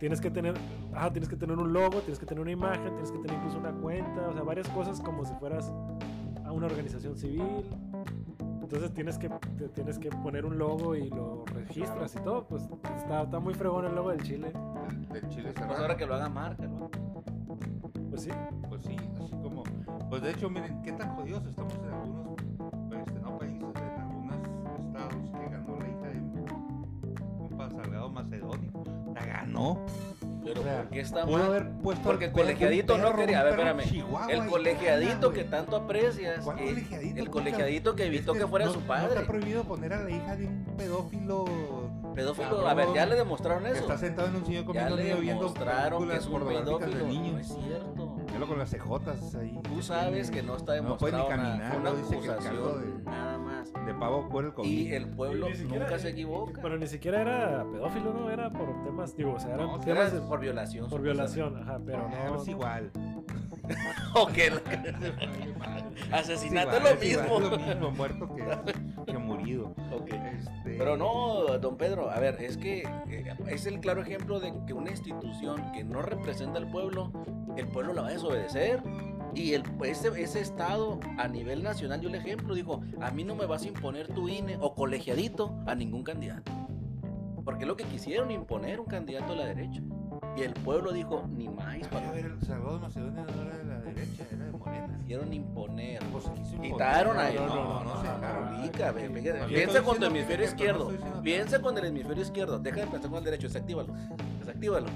Speaker 2: Tienes que tener, ah, tienes que tener un logo, tienes que tener una imagen, tienes que tener incluso una cuenta, o sea, varias cosas como si fueras a una organización civil. Entonces tienes que, te tienes que poner un logo y lo registras y todo, pues está, está muy fregón el logo del Chile.
Speaker 1: del- del Ah, Chile
Speaker 3: Pues
Speaker 1: cerrado.
Speaker 3: ahora que lo haga marca, ¿no?
Speaker 2: Pues sí,
Speaker 1: Pues sí, así como. Pues de hecho, miren, qué tan jodidos estamos en algunos este, no países, en algunos estados que ganó la hija de compa Salgado Macedonio. La ganó.
Speaker 3: Pero
Speaker 1: O sea,
Speaker 3: ¿por qué está
Speaker 1: Pudo
Speaker 3: mal?
Speaker 1: haber puesto.
Speaker 3: Porque el
Speaker 1: al perro
Speaker 3: colegiadito
Speaker 1: un
Speaker 3: no
Speaker 1: perro,
Speaker 3: quería-
Speaker 1: un
Speaker 3: a ver,
Speaker 1: perro
Speaker 3: espérame.
Speaker 1: chihuahua
Speaker 3: El
Speaker 1: y
Speaker 3: colegiadas
Speaker 1: gana,
Speaker 3: que
Speaker 1: güey.
Speaker 3: tanto aprecias,
Speaker 1: ¿Cuál
Speaker 3: eh,
Speaker 1: colegiadito?
Speaker 3: el
Speaker 1: Puta,
Speaker 3: colegiadito que
Speaker 1: es
Speaker 3: evitó que fuera
Speaker 1: no-
Speaker 3: su
Speaker 1: No
Speaker 3: padre.
Speaker 1: está prohibido poner a la hija de un pedófilo.
Speaker 3: Pedófilo,
Speaker 1: Cabrón.
Speaker 3: a ver, ya le demostraron
Speaker 1: que
Speaker 3: eso.
Speaker 1: está sentado en un sillón
Speaker 3: Ya
Speaker 1: comiendo
Speaker 3: le
Speaker 1: niño viendo
Speaker 3: demostraron que es
Speaker 1: películas
Speaker 3: un
Speaker 1: pornográficas
Speaker 3: pedófilo.
Speaker 1: de
Speaker 3: No es
Speaker 1: niños.
Speaker 3: cierto.
Speaker 1: Velo con las cejotas ahí.
Speaker 3: Tú sabes que
Speaker 1: tiene
Speaker 3: no está
Speaker 1: No puede ni
Speaker 3: demostrado nada.
Speaker 1: caminar,
Speaker 3: Fue una
Speaker 1: no dice que cargó
Speaker 3: acusación
Speaker 1: de-
Speaker 3: nada más.
Speaker 1: De pavo por el COVID.
Speaker 3: Y eh, el pueblo
Speaker 2: Ni siquiera-
Speaker 3: nunca se equivoca.
Speaker 2: pero ni siquiera era pedófilo, ¿no? Era por temas, digo, o sea, eran
Speaker 1: No, si
Speaker 2: temas
Speaker 3: Era
Speaker 2: de-
Speaker 3: por violación.
Speaker 2: por violación, ajá, pero
Speaker 1: Ah,
Speaker 2: no.
Speaker 1: es
Speaker 2: no.
Speaker 1: igual.
Speaker 3: O que el asesinato es lo
Speaker 1: igual,
Speaker 3: mismo.
Speaker 1: igual, es lo mismo, muerto que, que murido.
Speaker 3: Ok.
Speaker 1: Este,
Speaker 3: Pero no, don Pedro, a ver, es que eh, es el claro ejemplo de que una institución que no representa al pueblo, el pueblo la va a desobedecer. Y el, ese, ese Estado a nivel nacional dio el ejemplo, dijo, a mí no me vas a imponer tu INE o colegiadito a ningún candidato. Porque es lo que quisieron imponer un candidato a la derecha. Y el pueblo dijo, ni más,
Speaker 1: A
Speaker 3: papá.
Speaker 1: ver, el Salvador de Macedonia no era de la derecha, era de Morena.
Speaker 3: Quisieron imponer.
Speaker 1: Pues quiso imponer.
Speaker 3: Quitaron a
Speaker 1: No, no, no,
Speaker 2: no,
Speaker 1: se
Speaker 2: no,
Speaker 1: dejaron.
Speaker 2: no.
Speaker 3: Ubica, ve, ve,
Speaker 1: no,
Speaker 3: Piensa
Speaker 1: no,
Speaker 3: con tu
Speaker 1: no,
Speaker 3: hemisferio
Speaker 1: no,
Speaker 3: izquierdo.
Speaker 1: no, no, no.
Speaker 3: Piensa con el hemisferio izquierdo. Deja de pensar con el derecho, desactívalo. Desactívalo.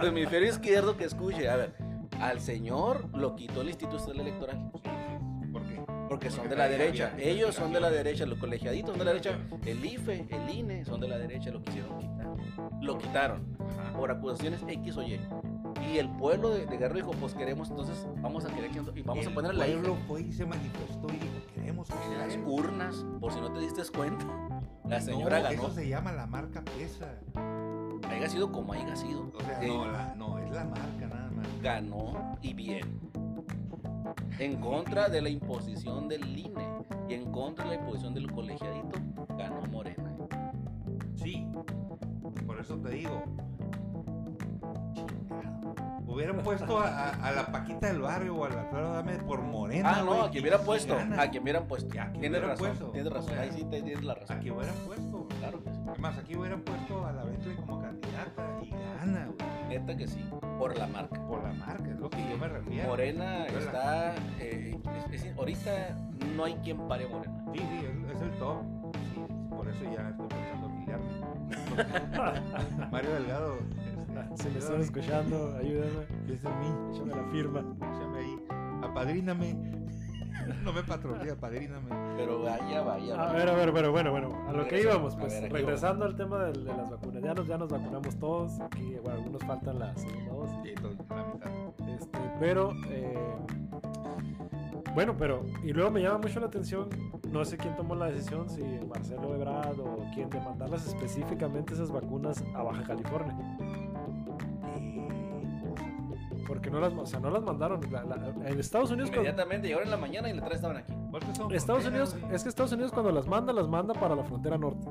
Speaker 3: Tu hemisferio izquierdo que escuche. A ver, al señor lo quitó la institución electoral.
Speaker 1: Sí, sí, ¿Por qué?
Speaker 3: Porque son
Speaker 1: Porque
Speaker 3: de la
Speaker 1: había-
Speaker 3: derecha.
Speaker 1: había
Speaker 3: Ellos son de la
Speaker 1: legislación.
Speaker 3: derecha. Los colegiaditos son de la derecha. El IFE, el INE son de la derecha. Lo quisieron quitar. Lo quitaron
Speaker 1: Ajá.
Speaker 3: por acusaciones X o Y. Y el pueblo de, de Guerrero dijo: Pues queremos, entonces vamos a querer que- y vamos a
Speaker 1: El
Speaker 3: poner a la IFE.
Speaker 1: pueblo fue y se manifestó y dijo, queremos que
Speaker 3: En las
Speaker 1: ganen".
Speaker 3: urnas, por si no te diste cuenta, la
Speaker 1: No,
Speaker 3: señora ganó.
Speaker 1: Eso se llama la marca pesa.
Speaker 3: Haya sido como haya sido.
Speaker 1: O sea,
Speaker 3: Eh,
Speaker 1: no, la- no, es la marca nada más.
Speaker 3: Ganó y bien. En contra de la imposición del INE y en contra de la imposición del colegiadito, ganó Morena.
Speaker 1: Sí, por eso te digo. Hubieran puesto a, a- a la Paquita del barrio o a la Flor Dame por Morena.
Speaker 3: Ah, no,
Speaker 1: güey,
Speaker 3: a quien hubiera
Speaker 1: y
Speaker 3: puesto.
Speaker 1: gana.
Speaker 3: A quien hubieran puesto.
Speaker 1: Ya, a quien
Speaker 3: Tienes
Speaker 1: hubieran
Speaker 3: razón.
Speaker 1: puesto. Ah.
Speaker 3: Tienes
Speaker 1: O
Speaker 3: razón.
Speaker 1: sea,
Speaker 3: Ahí sí te- tienes la
Speaker 1: A
Speaker 3: razón.
Speaker 1: que hubieran puesto.
Speaker 3: Claro que sí.
Speaker 1: Es más, aquí hubieran puesto a la Bentley como candidata y gana, güey,
Speaker 3: Neta que sí. Por la marca.
Speaker 1: Por la marca, es lo que yo me refiero.
Speaker 3: Morena
Speaker 1: Pero la-
Speaker 3: está. eh, es- es- ahorita no hay quien pare a Morena.
Speaker 1: Sí, sí, es, es el top. Sí, por eso ya estoy pensando afiliarme. Mario Delgado. este,
Speaker 2: Ah, Si me están
Speaker 1: ayúdame,
Speaker 2: escuchando, ayúdame,
Speaker 1: piensa en mí.
Speaker 2: échame la firma.
Speaker 1: Échame ahí. Apadríname. No me patrocina, apadríname.
Speaker 3: Pero vaya, vaya.
Speaker 2: A
Speaker 3: vaya.
Speaker 2: ver, a ver, pero bueno, bueno, a lo que
Speaker 3: Regresando,
Speaker 2: íbamos,
Speaker 3: a
Speaker 2: pues
Speaker 3: ver, aquí
Speaker 2: regresando al tema del- de, las vacunas, ya nos, ya nos vacunamos todos, aquí, bueno, algunos faltan la segunda dosis,
Speaker 1: Sí, todo- la mitad.
Speaker 2: este, pero, eh, bueno, pero, y luego me llama mucho la atención, no sé quién tomó la decisión, si Marcelo Ebrard o quién, de mandarlas específicamente esas vacunas a Baja California,
Speaker 3: Eh,
Speaker 2: porque no las, o sea, no las mandaron, la- la- en Estados Unidos... cuando-
Speaker 3: Inmediatamente llegaron en la mañana y las tres estaban aquí.
Speaker 1: ¿Por qué son
Speaker 2: Estados
Speaker 1: fronteras,
Speaker 2: Unidos, es que Estados Unidos cuando las manda, las manda para la frontera norte.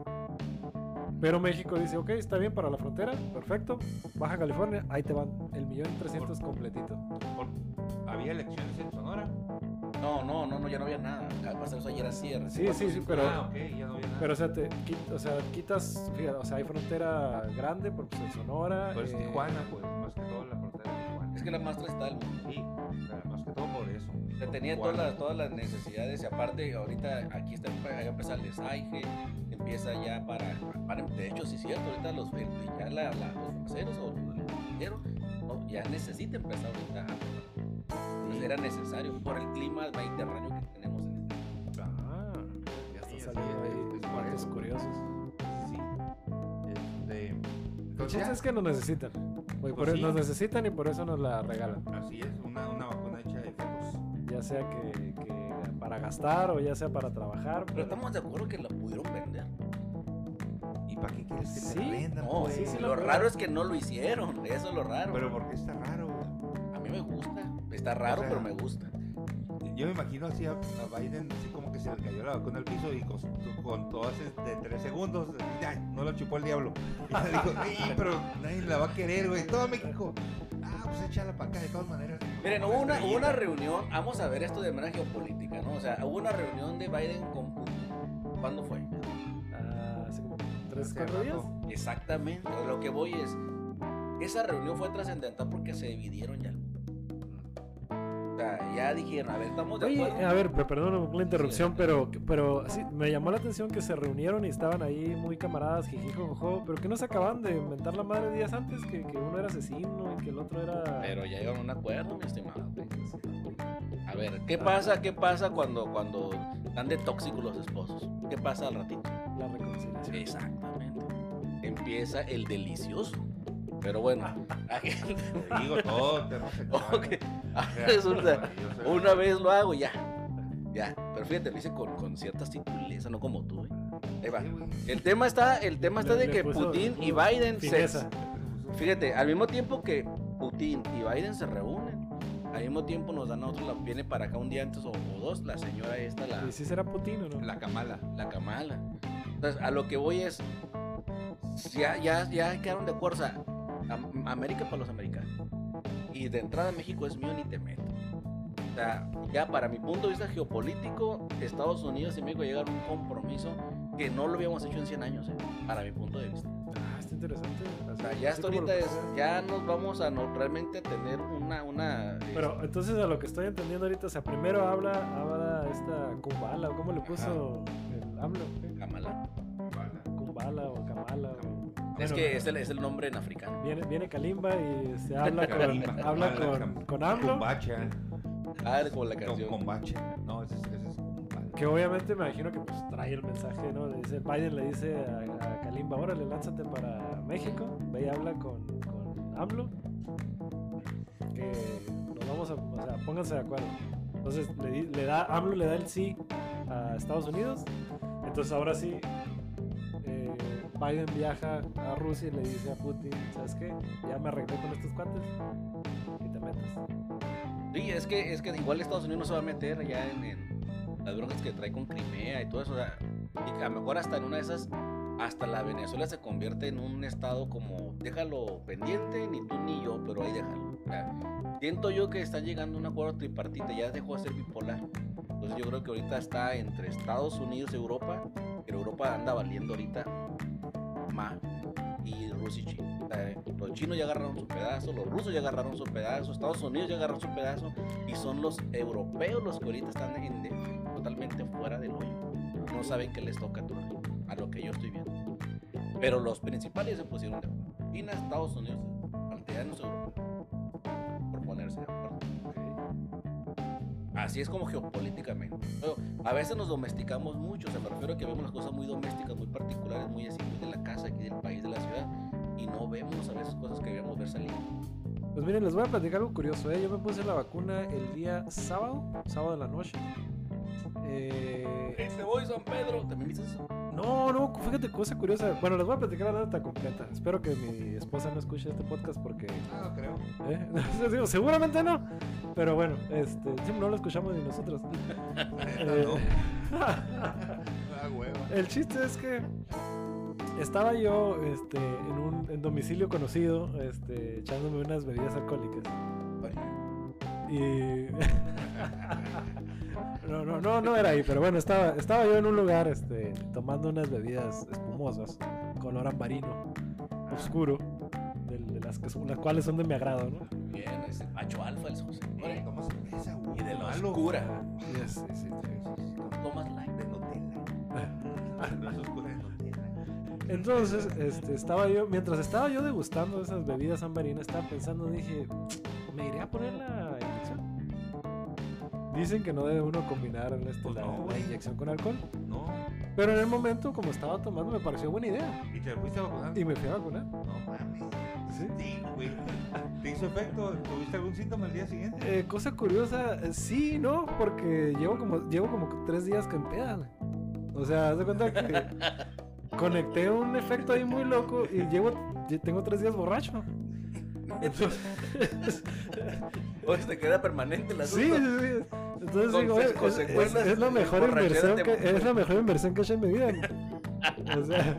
Speaker 2: Pero México dice, ok, está bien para la frontera, perfecto. Baja California, ahí te van el millón trescientos completito.
Speaker 1: güey? Por- Había elecciones en Sonora.
Speaker 3: No, no, no, no, ya no había nada. Al pasar eso ayer así.
Speaker 2: Sí, sí, sí, pero,
Speaker 1: ah, ok, ya no había nada.
Speaker 2: pero o sea, te quit- o sea, quitas, fíjate, o sea, hay frontera grande, porque pues, en Sonora.
Speaker 1: Pues
Speaker 2: eh,
Speaker 1: Tijuana, pues, más que todo la frontera de Tijuana.
Speaker 3: Es que la más está del mundo.
Speaker 1: Sí, o sea, más que todo por eso.
Speaker 3: Se tenía todas las, todas las necesidades y aparte ahorita aquí está va a empezar el desaje, empieza ya para, para de hecho sí es cierto, ahorita los ya la, la- los meseros o los meseros, no, ya necesita empezar ahorita. a preparar. Entonces era necesario por el clima mediterráneo que tenemos en este.
Speaker 2: Ah,
Speaker 1: Ya
Speaker 2: está
Speaker 1: está
Speaker 2: saliendo ahí
Speaker 1: es por
Speaker 2: datos
Speaker 1: eso.
Speaker 2: curiosos.
Speaker 1: Sí. Este,
Speaker 2: El
Speaker 1: entonces,
Speaker 2: chiste
Speaker 1: ya,
Speaker 2: es que nos necesitan. Oye, por
Speaker 1: Pues
Speaker 2: eso-
Speaker 1: sí.
Speaker 2: Nos necesitan y por eso nos la regalan.
Speaker 1: así es, una, una vacuna hecha de fetos.
Speaker 2: Ya sea que, que para gastar o ya sea para trabajar.
Speaker 3: Pero estamos de acuerdo que la pudieron vender.
Speaker 1: ¿Y para qué quieres que
Speaker 2: Sí,
Speaker 1: te la vendan?
Speaker 3: No,
Speaker 1: pues?
Speaker 2: sí, sí la
Speaker 3: lo
Speaker 2: pudieron.
Speaker 3: raro es que no lo hicieron, eso es lo raro.
Speaker 1: Pero porque está raro, güey.
Speaker 3: A mí me gusta. Está raro,
Speaker 1: O sea,
Speaker 3: pero me gusta.
Speaker 1: yo me imagino así a, a Biden, así como que se le cayó la vacuna al piso y con, con todo hace de tres segundos, ya, no lo chupó el diablo. Y ya dijo, "Ey, pero nadie la va a querer, güey, todo México. Ah, pues échala para acá, de todas maneras.
Speaker 3: Miren, hubo
Speaker 1: Como
Speaker 3: una, hubo una
Speaker 1: estrellita.
Speaker 3: reunión, vamos a ver esto de manera geopolítica, ¿no? O sea, hubo una reunión de Biden con Putin. ¿Cuándo fue?
Speaker 2: Ah, hace como tres,
Speaker 1: Hace
Speaker 2: cuatro días.
Speaker 1: rato.
Speaker 3: Exactamente. a Lo que voy es, esa reunión fue trascendental porque se dividieron ya. O sea, ya dijeron, a ver, estamos de
Speaker 2: Oye,
Speaker 3: acuerdo.
Speaker 2: a ver, pe- perdón por la interrupción,
Speaker 3: Sí,
Speaker 2: pero, pero sí, me llamó la atención que se reunieron y estaban ahí muy camaradas, jiji, jojojo, pero que no se acababan de inventar la madre días antes, que, que uno era asesino y que el otro era...
Speaker 3: Pero ya llegaron a un acuerdo, mi estimado. A ver, ¿qué pasa, qué pasa cuando, cuando están de tóxicos los esposos? ¿Qué pasa al ratito?
Speaker 2: La reconciliación.
Speaker 3: Exactamente. Empieza el delicioso. Pero bueno,
Speaker 2: Ah.
Speaker 1: Te digo todo, te
Speaker 3: ok, ahora resulta, una vez lo hago ya. Ya, pero fíjate, lo hice con, con cierta sutileza, no como tú. ¿eh? Ahí va. El tema está, el tema está
Speaker 2: Le-
Speaker 3: de
Speaker 2: le
Speaker 3: que
Speaker 2: puso-
Speaker 3: Putin
Speaker 2: le
Speaker 3: y
Speaker 2: puso
Speaker 3: Biden se,
Speaker 2: fineza.
Speaker 3: Fíjate, al mismo tiempo que Putin y Biden se reúnen, al mismo tiempo nos dan a nosotros, la, viene para acá un día antes o, o dos, la señora esta, la,
Speaker 2: ¿Y si será Putin o no?
Speaker 3: la Kamala, la Kamala. Entonces, a lo que voy es, ya, ya, ya quedaron de acuerdo, o sea, Am- América para los americanos. Y de entrada México es mío ni te meto. O sea, ya para mi punto de vista geopolítico, Estados Unidos y México llegaron a un compromiso que no lo habíamos hecho en 100 años, ¿eh? para mi punto de vista.
Speaker 2: Ah, está interesante.
Speaker 3: O sea,
Speaker 2: Así-
Speaker 3: ya
Speaker 2: así
Speaker 3: hasta
Speaker 2: como lo
Speaker 3: ahorita es,
Speaker 2: planteas.
Speaker 3: ya nos vamos a no, realmente a tener una, una eh,
Speaker 2: Pero entonces a lo que estoy entendiendo ahorita, o sea, primero habla, habla esta Kumbala, o cómo le puso el AMLO, ¿qué?
Speaker 3: Kamala.
Speaker 2: Kumbala o Kamala. o-
Speaker 3: es
Speaker 2: Bueno,
Speaker 3: que es el, es el nombre en africano.
Speaker 2: Viene, viene Kalimba y se habla con,
Speaker 1: Kalimba,
Speaker 2: habla
Speaker 1: Kamala,
Speaker 2: con,
Speaker 1: Kam-
Speaker 2: con AMLO.
Speaker 1: Combacha,
Speaker 3: Ah, es como la
Speaker 1: con
Speaker 3: canción.
Speaker 1: combacha. No, ese es, ese es Combacha.
Speaker 2: Que obviamente me imagino que pues trae el mensaje, ¿no? Le dice, Biden le dice a, a Kalimba, órale, lánzate para México, ve y habla con, con AMLO, que nos vamos a, o sea, pónganse de acuerdo. Entonces le, di- le da, AMLO le da el sí a Estados Unidos, entonces ahora sí, eh, Biden viaja a Rusia y le dice a Putin, ¿sabes qué? Ya me arreglé con estos cuates y te metas.
Speaker 3: Sí, es que, es que igual Estados Unidos no se va a meter ya en, en las broncas que trae con Crimea y todo eso. o sea, y que a lo mejor hasta en una de esas, hasta la Venezuela se convierte en un estado como, déjalo pendiente, ni tú ni yo, pero ahí déjalo. O sea, siento yo que está llegando a un acuerdo tripartita, ya dejó de ser bipolar. Entonces yo creo que ahorita está entre Estados Unidos y Europa, pero Europa anda valiendo ahorita más. Y Rusia y China. O sea, Los chinos ya agarraron su pedazo, los rusos ya agarraron su pedazo, Estados Unidos ya agarró su pedazo y son los europeos los que ahorita están en de- totalmente fuera del hoyo. No saben que les toca todavía, a lo que yo estoy viendo. Pero los principales se pusieron de acuerdo. China, Estados Unidos, aldeanos europeos, por ponerse de acuerdo. Así es como geopolíticamente. Pero a veces nos domesticamos mucho, o sea, me refiero a que vemos las cosas muy domésticas, muy particulares, muy así, muy de la casa, aquí del país, de la ciudad, y no vemos a veces cosas que debemos ver salir.
Speaker 2: Pues miren, les voy a platicar algo curioso, ¿eh? Yo me puse la vacuna el día sábado, sábado de la noche. Eh,
Speaker 3: Te voy, San Pedro. ¿También viste eso?
Speaker 2: no, no, fíjate, cosa curiosa. Bueno, les voy a platicar la nota completa. Espero que mi esposa no escuche este podcast porque...
Speaker 1: Ah, no creo.
Speaker 2: ¿eh? Digo, Seguramente no. Pero bueno, este, sí, no lo escuchamos ni nosotros. Eh,
Speaker 1: No. Ah, hueva.
Speaker 2: El chiste es que estaba yo este, en un en domicilio conocido este, echándome unas bebidas alcohólicas. Y. no, no, no, no era ahí, pero bueno, estaba, estaba yo en un lugar este, tomando unas bebidas espumosas, color ambarino, oscuro, del- de, las, que son- las cuales son de mi agrado, ¿no?
Speaker 3: Bien, es el macho alfa, el José.
Speaker 1: Oye,
Speaker 3: Moreno.
Speaker 1: ¿Cómo se ve esa, güey?
Speaker 3: Y de la
Speaker 1: Malo.
Speaker 3: oscura.
Speaker 1: Sí, sí, sí, sí, sí.
Speaker 3: Tomas light.
Speaker 1: De Nutella. No es oscura de Nutella.
Speaker 2: Entonces, este, estaba yo, mientras estaba yo degustando esas bebidas ambarinas, estaba pensando, dije, ¿me iré a poner la inyección? Dicen que no debe uno combinar este,
Speaker 1: Pues
Speaker 2: la-
Speaker 1: no,
Speaker 2: la
Speaker 1: güey.
Speaker 2: inyección con alcohol.
Speaker 1: No.
Speaker 2: Pero en el momento, como estaba tomando, me pareció buena idea.
Speaker 1: ¿Y te fuiste a vacunar?
Speaker 2: Y me fui a vacunar.
Speaker 1: No mames.
Speaker 2: Sí.
Speaker 1: Sí, güey. ¿Te hizo efecto? ¿Tuviste algún síntoma el día siguiente?
Speaker 2: Eh, cosa curiosa, eh, sí, ¿no? Porque llevo como, llevo como que tres días que en peda, güey. O sea, haz de cuenta que conecté un efecto ahí muy loco y llevo, lle- tengo tres días borracho.
Speaker 3: O se te queda permanente la
Speaker 2: Sí, sí, sí. Entonces
Speaker 3: Con-
Speaker 2: digo, eh, es,
Speaker 3: consecuencias
Speaker 2: es- es la
Speaker 3: de
Speaker 2: mejor
Speaker 3: borrachera
Speaker 2: inversión que,
Speaker 3: temporal.
Speaker 2: es la mejor inversión que he hecho en mi vida. O sea,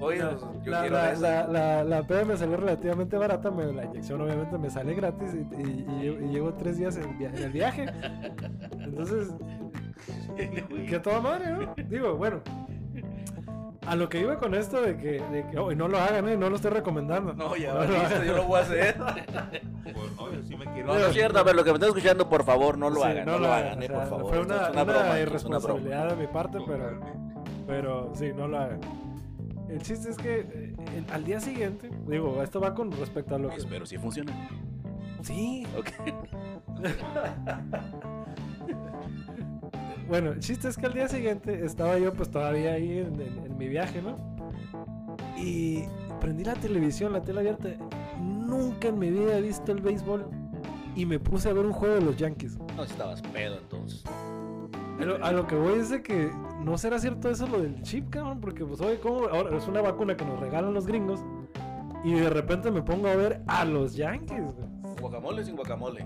Speaker 3: Oye,
Speaker 2: la,
Speaker 3: pues, yo
Speaker 2: la,
Speaker 3: quiero
Speaker 2: la,
Speaker 3: esa.
Speaker 2: la, la- la peda me salió relativamente barata, me- la inyección obviamente me sale gratis y, y- y llevo- y llevo tres días en, via- en el viaje. Entonces, que a toda madre, ¿no? Digo, bueno. A lo que iba con esto de que, de que oh, y no lo hagan, ¿eh? no lo estoy recomendando.
Speaker 3: No, ya,
Speaker 2: No lo
Speaker 3: valiste,
Speaker 2: hagan.
Speaker 3: yo lo voy a hacer.
Speaker 1: Pues, oye, sí me quiero.
Speaker 3: No, no es cierto, a ver, lo que me están escuchando, por favor, no lo
Speaker 2: Sí,
Speaker 3: hagan, no, lo hagan,
Speaker 2: o
Speaker 3: eh,
Speaker 2: sea,
Speaker 3: por favor.
Speaker 2: Fue
Speaker 3: Esto
Speaker 2: una,
Speaker 3: es una
Speaker 2: una
Speaker 3: broma, esto es una broma.
Speaker 2: irresponsabilidad de mi parte, pero,
Speaker 1: Totalmente.
Speaker 2: pero sí, no lo hagan. El chiste es que eh, el- al día siguiente, digo, esto va con respecto a lo que.
Speaker 3: Espero si funciona.
Speaker 2: Sí,
Speaker 3: Ok.
Speaker 2: bueno, el chiste es que al día siguiente estaba yo, pues todavía ahí en, en- en mi viaje, ¿no? Y prendí la televisión, la tele abierta. Nunca en mi vida he visto el béisbol y me puse a ver un juego de los Yankees.
Speaker 3: No, si estabas pedo entonces.
Speaker 2: A lo, a lo que voy es de que no será cierto eso lo del chip, cabrón, porque pues oye, ¿cómo? Ahora es una vacuna que nos regalan los gringos y de repente me pongo a ver a los Yankees, güey.
Speaker 3: Guacamole sin guacamole.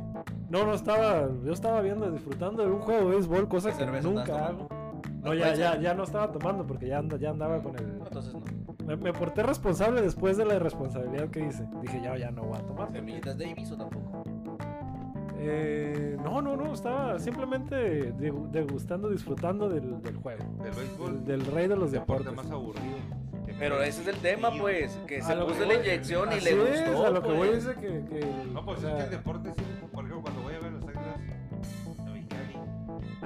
Speaker 2: No, no estaba, yo estaba viendo, disfrutando de un juego de béisbol, cosa
Speaker 3: ¿Qué
Speaker 2: que
Speaker 3: cerveza
Speaker 2: nunca
Speaker 3: estabas
Speaker 2: hago. No,
Speaker 3: ¿Cuál
Speaker 2: ya, ya,
Speaker 3: cerveza?
Speaker 2: ya no estaba tomando porque ya, anda- ya andaba con
Speaker 3: No,
Speaker 2: el...
Speaker 3: entonces no.
Speaker 2: Me, me porté responsable después de la irresponsabilidad que hice. Dije, ya, ya no voy a tomar.
Speaker 3: Semillitas Davis o tampoco.
Speaker 2: Eh, no, no, no, estaba simplemente degu- degustando, disfrutando del, del juego.
Speaker 1: Del
Speaker 2: Del,
Speaker 1: béisbol.
Speaker 2: del rey de los
Speaker 1: El deporte
Speaker 2: deportes.
Speaker 1: más aburrido.
Speaker 3: Pero ese es el tema,
Speaker 1: Sí.
Speaker 3: pues. Que se
Speaker 2: A lo
Speaker 3: puso
Speaker 2: que
Speaker 3: la
Speaker 2: voy.
Speaker 3: inyección y
Speaker 2: Así
Speaker 3: le
Speaker 2: es,
Speaker 3: gustó.
Speaker 2: a lo que
Speaker 3: pues.
Speaker 2: voy es de que. que el-
Speaker 1: No, pues
Speaker 2: o
Speaker 1: es que
Speaker 2: sea,
Speaker 1: el deporte sí, por ejemplo, cuando voy a ver los Águilas de Mexicali,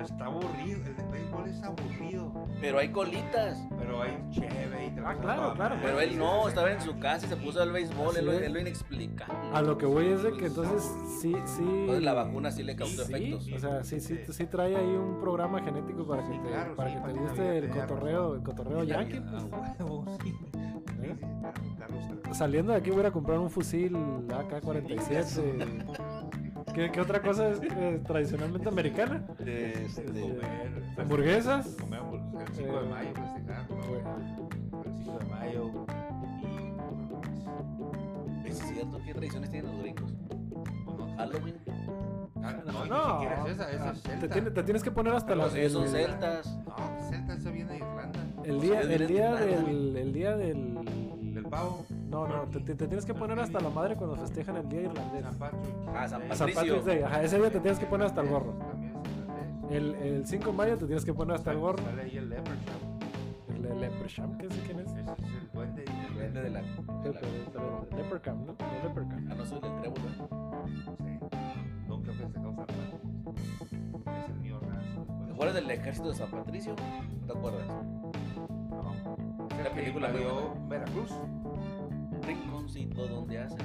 Speaker 1: está aburrido, el de béisbol es aburrido,
Speaker 3: Pero hay colitas.
Speaker 1: pero hay chévere y te la
Speaker 2: Ah,
Speaker 1: pasas
Speaker 2: claro,
Speaker 1: toda
Speaker 2: claro,
Speaker 1: madre.
Speaker 3: Pero él no, estaba en su casa y se puso al béisbol.
Speaker 2: Así
Speaker 3: Es lo,
Speaker 2: es.
Speaker 3: es lo inexplicable.
Speaker 2: a lo que voy es de que entonces sí, sí.
Speaker 3: Entonces, la vacuna sí le causó
Speaker 2: sí,
Speaker 3: efectos.
Speaker 2: O sea, sí, sí, sí trae ahí un programa genético Pues para que
Speaker 1: Sí,
Speaker 2: te,
Speaker 1: claro,
Speaker 2: para
Speaker 1: sí,
Speaker 2: que
Speaker 1: para
Speaker 2: te
Speaker 1: que
Speaker 2: guste
Speaker 1: Navidad
Speaker 2: el
Speaker 1: te agarre.
Speaker 2: cotorreo, el cotorreo
Speaker 1: Y la
Speaker 2: yankee.
Speaker 1: vida,
Speaker 2: pues, ¿Eh? ¿no?
Speaker 1: a huevo, sí. Sí, sí, claro, claro, está.
Speaker 2: Saliendo de aquí voy a ir a comprar un fusil AK-47. ¿Qué, qué otra cosa es eh, tradicionalmente americana?
Speaker 1: De este, comer, pues,
Speaker 2: ¿Hamburguesas?
Speaker 1: comer hamburguesas, El 5 de
Speaker 2: Eh,
Speaker 1: mayo, pues, festejar, ¿no? El 5 de mayo. y, pues,
Speaker 3: Es cierto, ¿qué tradiciones tienen los gringos?
Speaker 1: pues, no,
Speaker 3: Halloween.
Speaker 1: Ah, No, y
Speaker 2: No,
Speaker 1: ni siquiera es esa, esa
Speaker 2: ah,
Speaker 1: es
Speaker 2: te,
Speaker 1: celta.
Speaker 2: tiene- te tienes que poner hasta la.
Speaker 3: Los ellos son
Speaker 2: el-
Speaker 3: celtas.
Speaker 1: No, pues, celta, esa viene de Irlanda.
Speaker 2: El día,
Speaker 3: Pues,
Speaker 2: el día
Speaker 3: eres de
Speaker 2: del. El día del.
Speaker 1: Del pavo.
Speaker 2: No, no, te, te- te tienes que poner hasta la madre cuando festejan el día irlandés.
Speaker 1: San Patrick.
Speaker 3: Ah, San
Speaker 1: Eh,
Speaker 2: San Patrick's Day, ajá, ese día te tienes que poner hasta el gorro.
Speaker 1: También es irlandés.
Speaker 2: El, el 5 de mayo te tienes que poner hasta el gorro.
Speaker 1: Sale ahí el Leprechaun.
Speaker 2: El, el Leprechaun, ¿qué es? ¿Quién es?
Speaker 1: Ese es el duende. y el
Speaker 3: Depende de la. de la-
Speaker 2: El Leprechaun, ¿no? El Leprechaun.
Speaker 3: Ah, no soy del trébol. ¿eh?
Speaker 1: Sí. Nunca festejado San Patrick. Es el mío raso.
Speaker 3: ¿Te acuerdas del ejército de San Patricio? ¿No te acuerdas?
Speaker 1: No. Esa
Speaker 3: La película
Speaker 1: que
Speaker 3: muy
Speaker 1: invadió Veracruz.
Speaker 3: Rinconcito donde hacen.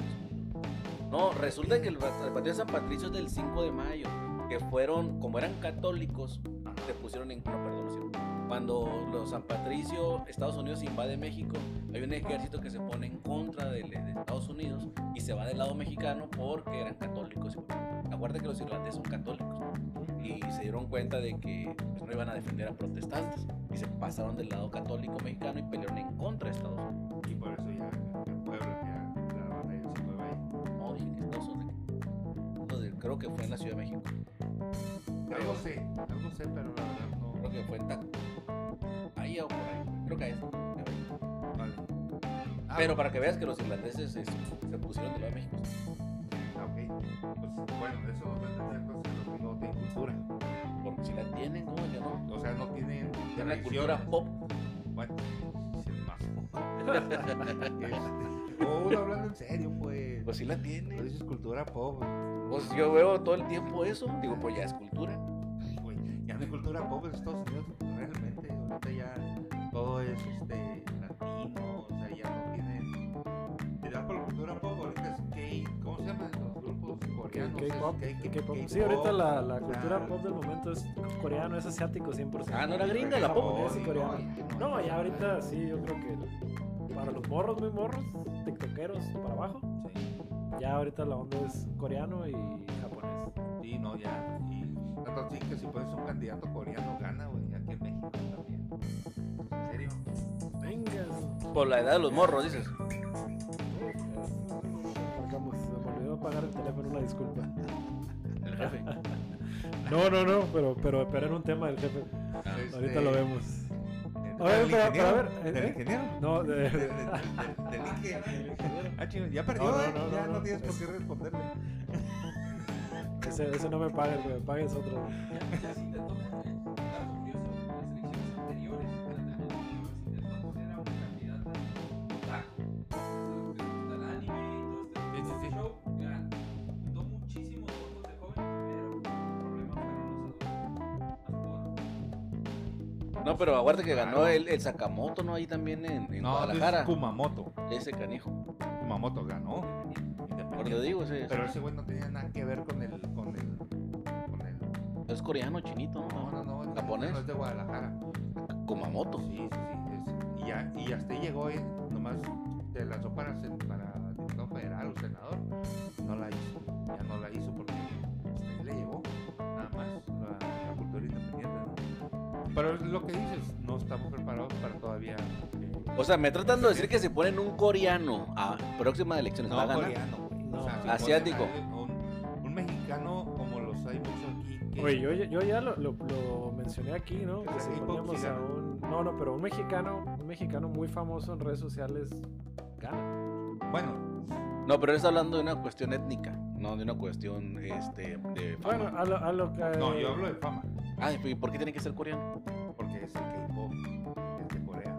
Speaker 3: No, resulta que el bat- el partido de San Patricio es del 5 de mayo. Que fueron, como eran católicos, se pusieron en. No, perdón, no es cierto. Cuando los San Patricio, Estados Unidos invade México, hay un ejército que se pone en contra del- de, Estados Unidos y se va del lado mexicano porque eran católicos. Acuérdate que los irlandeses son católicos. y se dieron cuenta de que pues, no iban a defender a protestantes y se pasaron del lado católico mexicano y pelearon en contra de Estados Unidos.
Speaker 1: Y por eso ya el pueblo, ya la batalla se fue ahí.
Speaker 3: No, dije que Estados Unidos. Entonces, creo que fue en la Ciudad de México.
Speaker 1: Algo sé, algo sé, pero la verdad no.
Speaker 3: Creo que fue en Taco. Ahí o por ahí. Creo que ahí está.
Speaker 1: Vale. Ah,
Speaker 3: Pero para que veas que los irlandeses es- se pusieron del lado de México.
Speaker 1: Ah, ok. Pues bueno, eso no es cierto, es que los gringos no tienen cultura.
Speaker 3: Porque si la tienen, ¿cómo que no?
Speaker 1: O sea, no tienen
Speaker 3: Es una
Speaker 1: tradiciones.
Speaker 3: cultura pop.
Speaker 1: Bueno, sin más. Este, oh, uno hablando en serio, pues.
Speaker 3: Pues si la
Speaker 1: Tú
Speaker 3: tienen.
Speaker 1: dices cultura pop,
Speaker 3: Pues yo veo todo el tiempo eso. Digo, pues ya es cultura.
Speaker 1: güey. Ya no hay cultura pop en Estados Unidos, realmente. Ahorita ya todo es este, latino, o sea, ya no tienen. Te da por la cultura pop, ahorita es K. ¿Cómo se llaman los grupos coreanos? Es Ah,
Speaker 2: K-pop.
Speaker 1: K- K-
Speaker 2: K-pop. Sí,
Speaker 1: K-pop,
Speaker 2: ahorita la, la
Speaker 1: o sea,
Speaker 2: cultura pop del momento es coreano, es asiático 100%.
Speaker 3: Ah, no era gringa la pop.
Speaker 2: Japonés y
Speaker 1: no,
Speaker 2: coreano.
Speaker 1: ya
Speaker 2: No, ya ahorita sí, yo creo que para los morros, muy morros, tiktokeros para abajo,
Speaker 1: Sí.
Speaker 2: ya ahorita la onda es coreano y japonés.
Speaker 1: Sí, no, ya. Y tanto así que si puedes un candidato coreano gana, güey, aquí en México también. ¿En serio?
Speaker 2: Venga.
Speaker 3: Por la edad de los morros, dices.
Speaker 2: su- apagar el teléfono, una disculpa.
Speaker 3: El jefe.
Speaker 2: No, no, no, pero, pero, pero era un tema del jefe.
Speaker 1: Este,
Speaker 2: Ahorita lo vemos. A ver,
Speaker 1: del
Speaker 2: espera, pero a ver,
Speaker 1: ingeniero,
Speaker 2: ¿eh?
Speaker 1: Del ingeniero.
Speaker 2: No, de-
Speaker 1: Del- del- del- del ingeniero. Ah, chinga, ya perdió,
Speaker 2: No, no,
Speaker 1: ¿eh?
Speaker 2: no,
Speaker 1: ya
Speaker 2: no,
Speaker 1: no,
Speaker 2: no.
Speaker 1: tienes por qué responderle.
Speaker 2: ese, ese no me paga, el que me paga es otro.
Speaker 4: Se intentó dar curioso, en las elecciones anteriores, durante el 2021, se intentó poner a una candidata otaku. Entonces, le gusta el anime y todo este
Speaker 1: Sí, sí, sí.
Speaker 4: show. Ganó. Juntó muchísimos votos de jóvenes, pero el problema fueron los adultos. Las porras.
Speaker 3: No, pero aguarde que ganó el, el Sakamoto, ¿no? Ahí también en, en
Speaker 1: No, pues, tú dices
Speaker 3: Guadalajara.
Speaker 1: Kumamoto.
Speaker 3: Ese canijo.
Speaker 1: Kumamoto ganó.
Speaker 3: Por lo digo, ese
Speaker 1: Pero ese güey no tenía nada que ver con el. Con el, con el
Speaker 3: es coreano, chinito,
Speaker 1: no,
Speaker 3: ¿no?
Speaker 1: no, no. es-
Speaker 3: ¿Japonés?
Speaker 1: No es de Guadalajara.
Speaker 3: Kumamoto.
Speaker 1: Sí, sí, sí. es- y, ya, y hasta ahí llegó, eh, nomás se lanzó para, sen- para diputado federal o senador. No la hizo. Ya no la hizo porque hasta ahí le llegó. Nada más la, la cultura independiente. ¿no? Pero es lo que dices, no estamos preparados para todavía. eh,
Speaker 3: O sea, me tratan de decir que si ponen un coreano a próximas elecciones, va a ganar.
Speaker 1: coreano, güey.
Speaker 2: No.
Speaker 1: si
Speaker 3: Asiático.
Speaker 1: ponen a Un, un mexicano como los hay muchos aquí. Que,
Speaker 2: Oye, yo, yo ya lo, lo- lo mencioné aquí, ¿no?
Speaker 1: Que
Speaker 2: Que si
Speaker 1: sea K-pop,
Speaker 2: poníamos
Speaker 1: sí
Speaker 2: a
Speaker 1: gana.
Speaker 2: un. No, no, pero un mexicano, un mexicano muy famoso en redes sociales gana.
Speaker 1: Bueno,
Speaker 3: No, pero él está hablando de una cuestión étnica, no de una cuestión este, de fama.
Speaker 2: Bueno, a lo, a lo que.
Speaker 1: no, yo hablo de fama,
Speaker 3: Ah, ¿y por qué tiene que ser coreano?
Speaker 1: porque es el K-pop, es de Corea.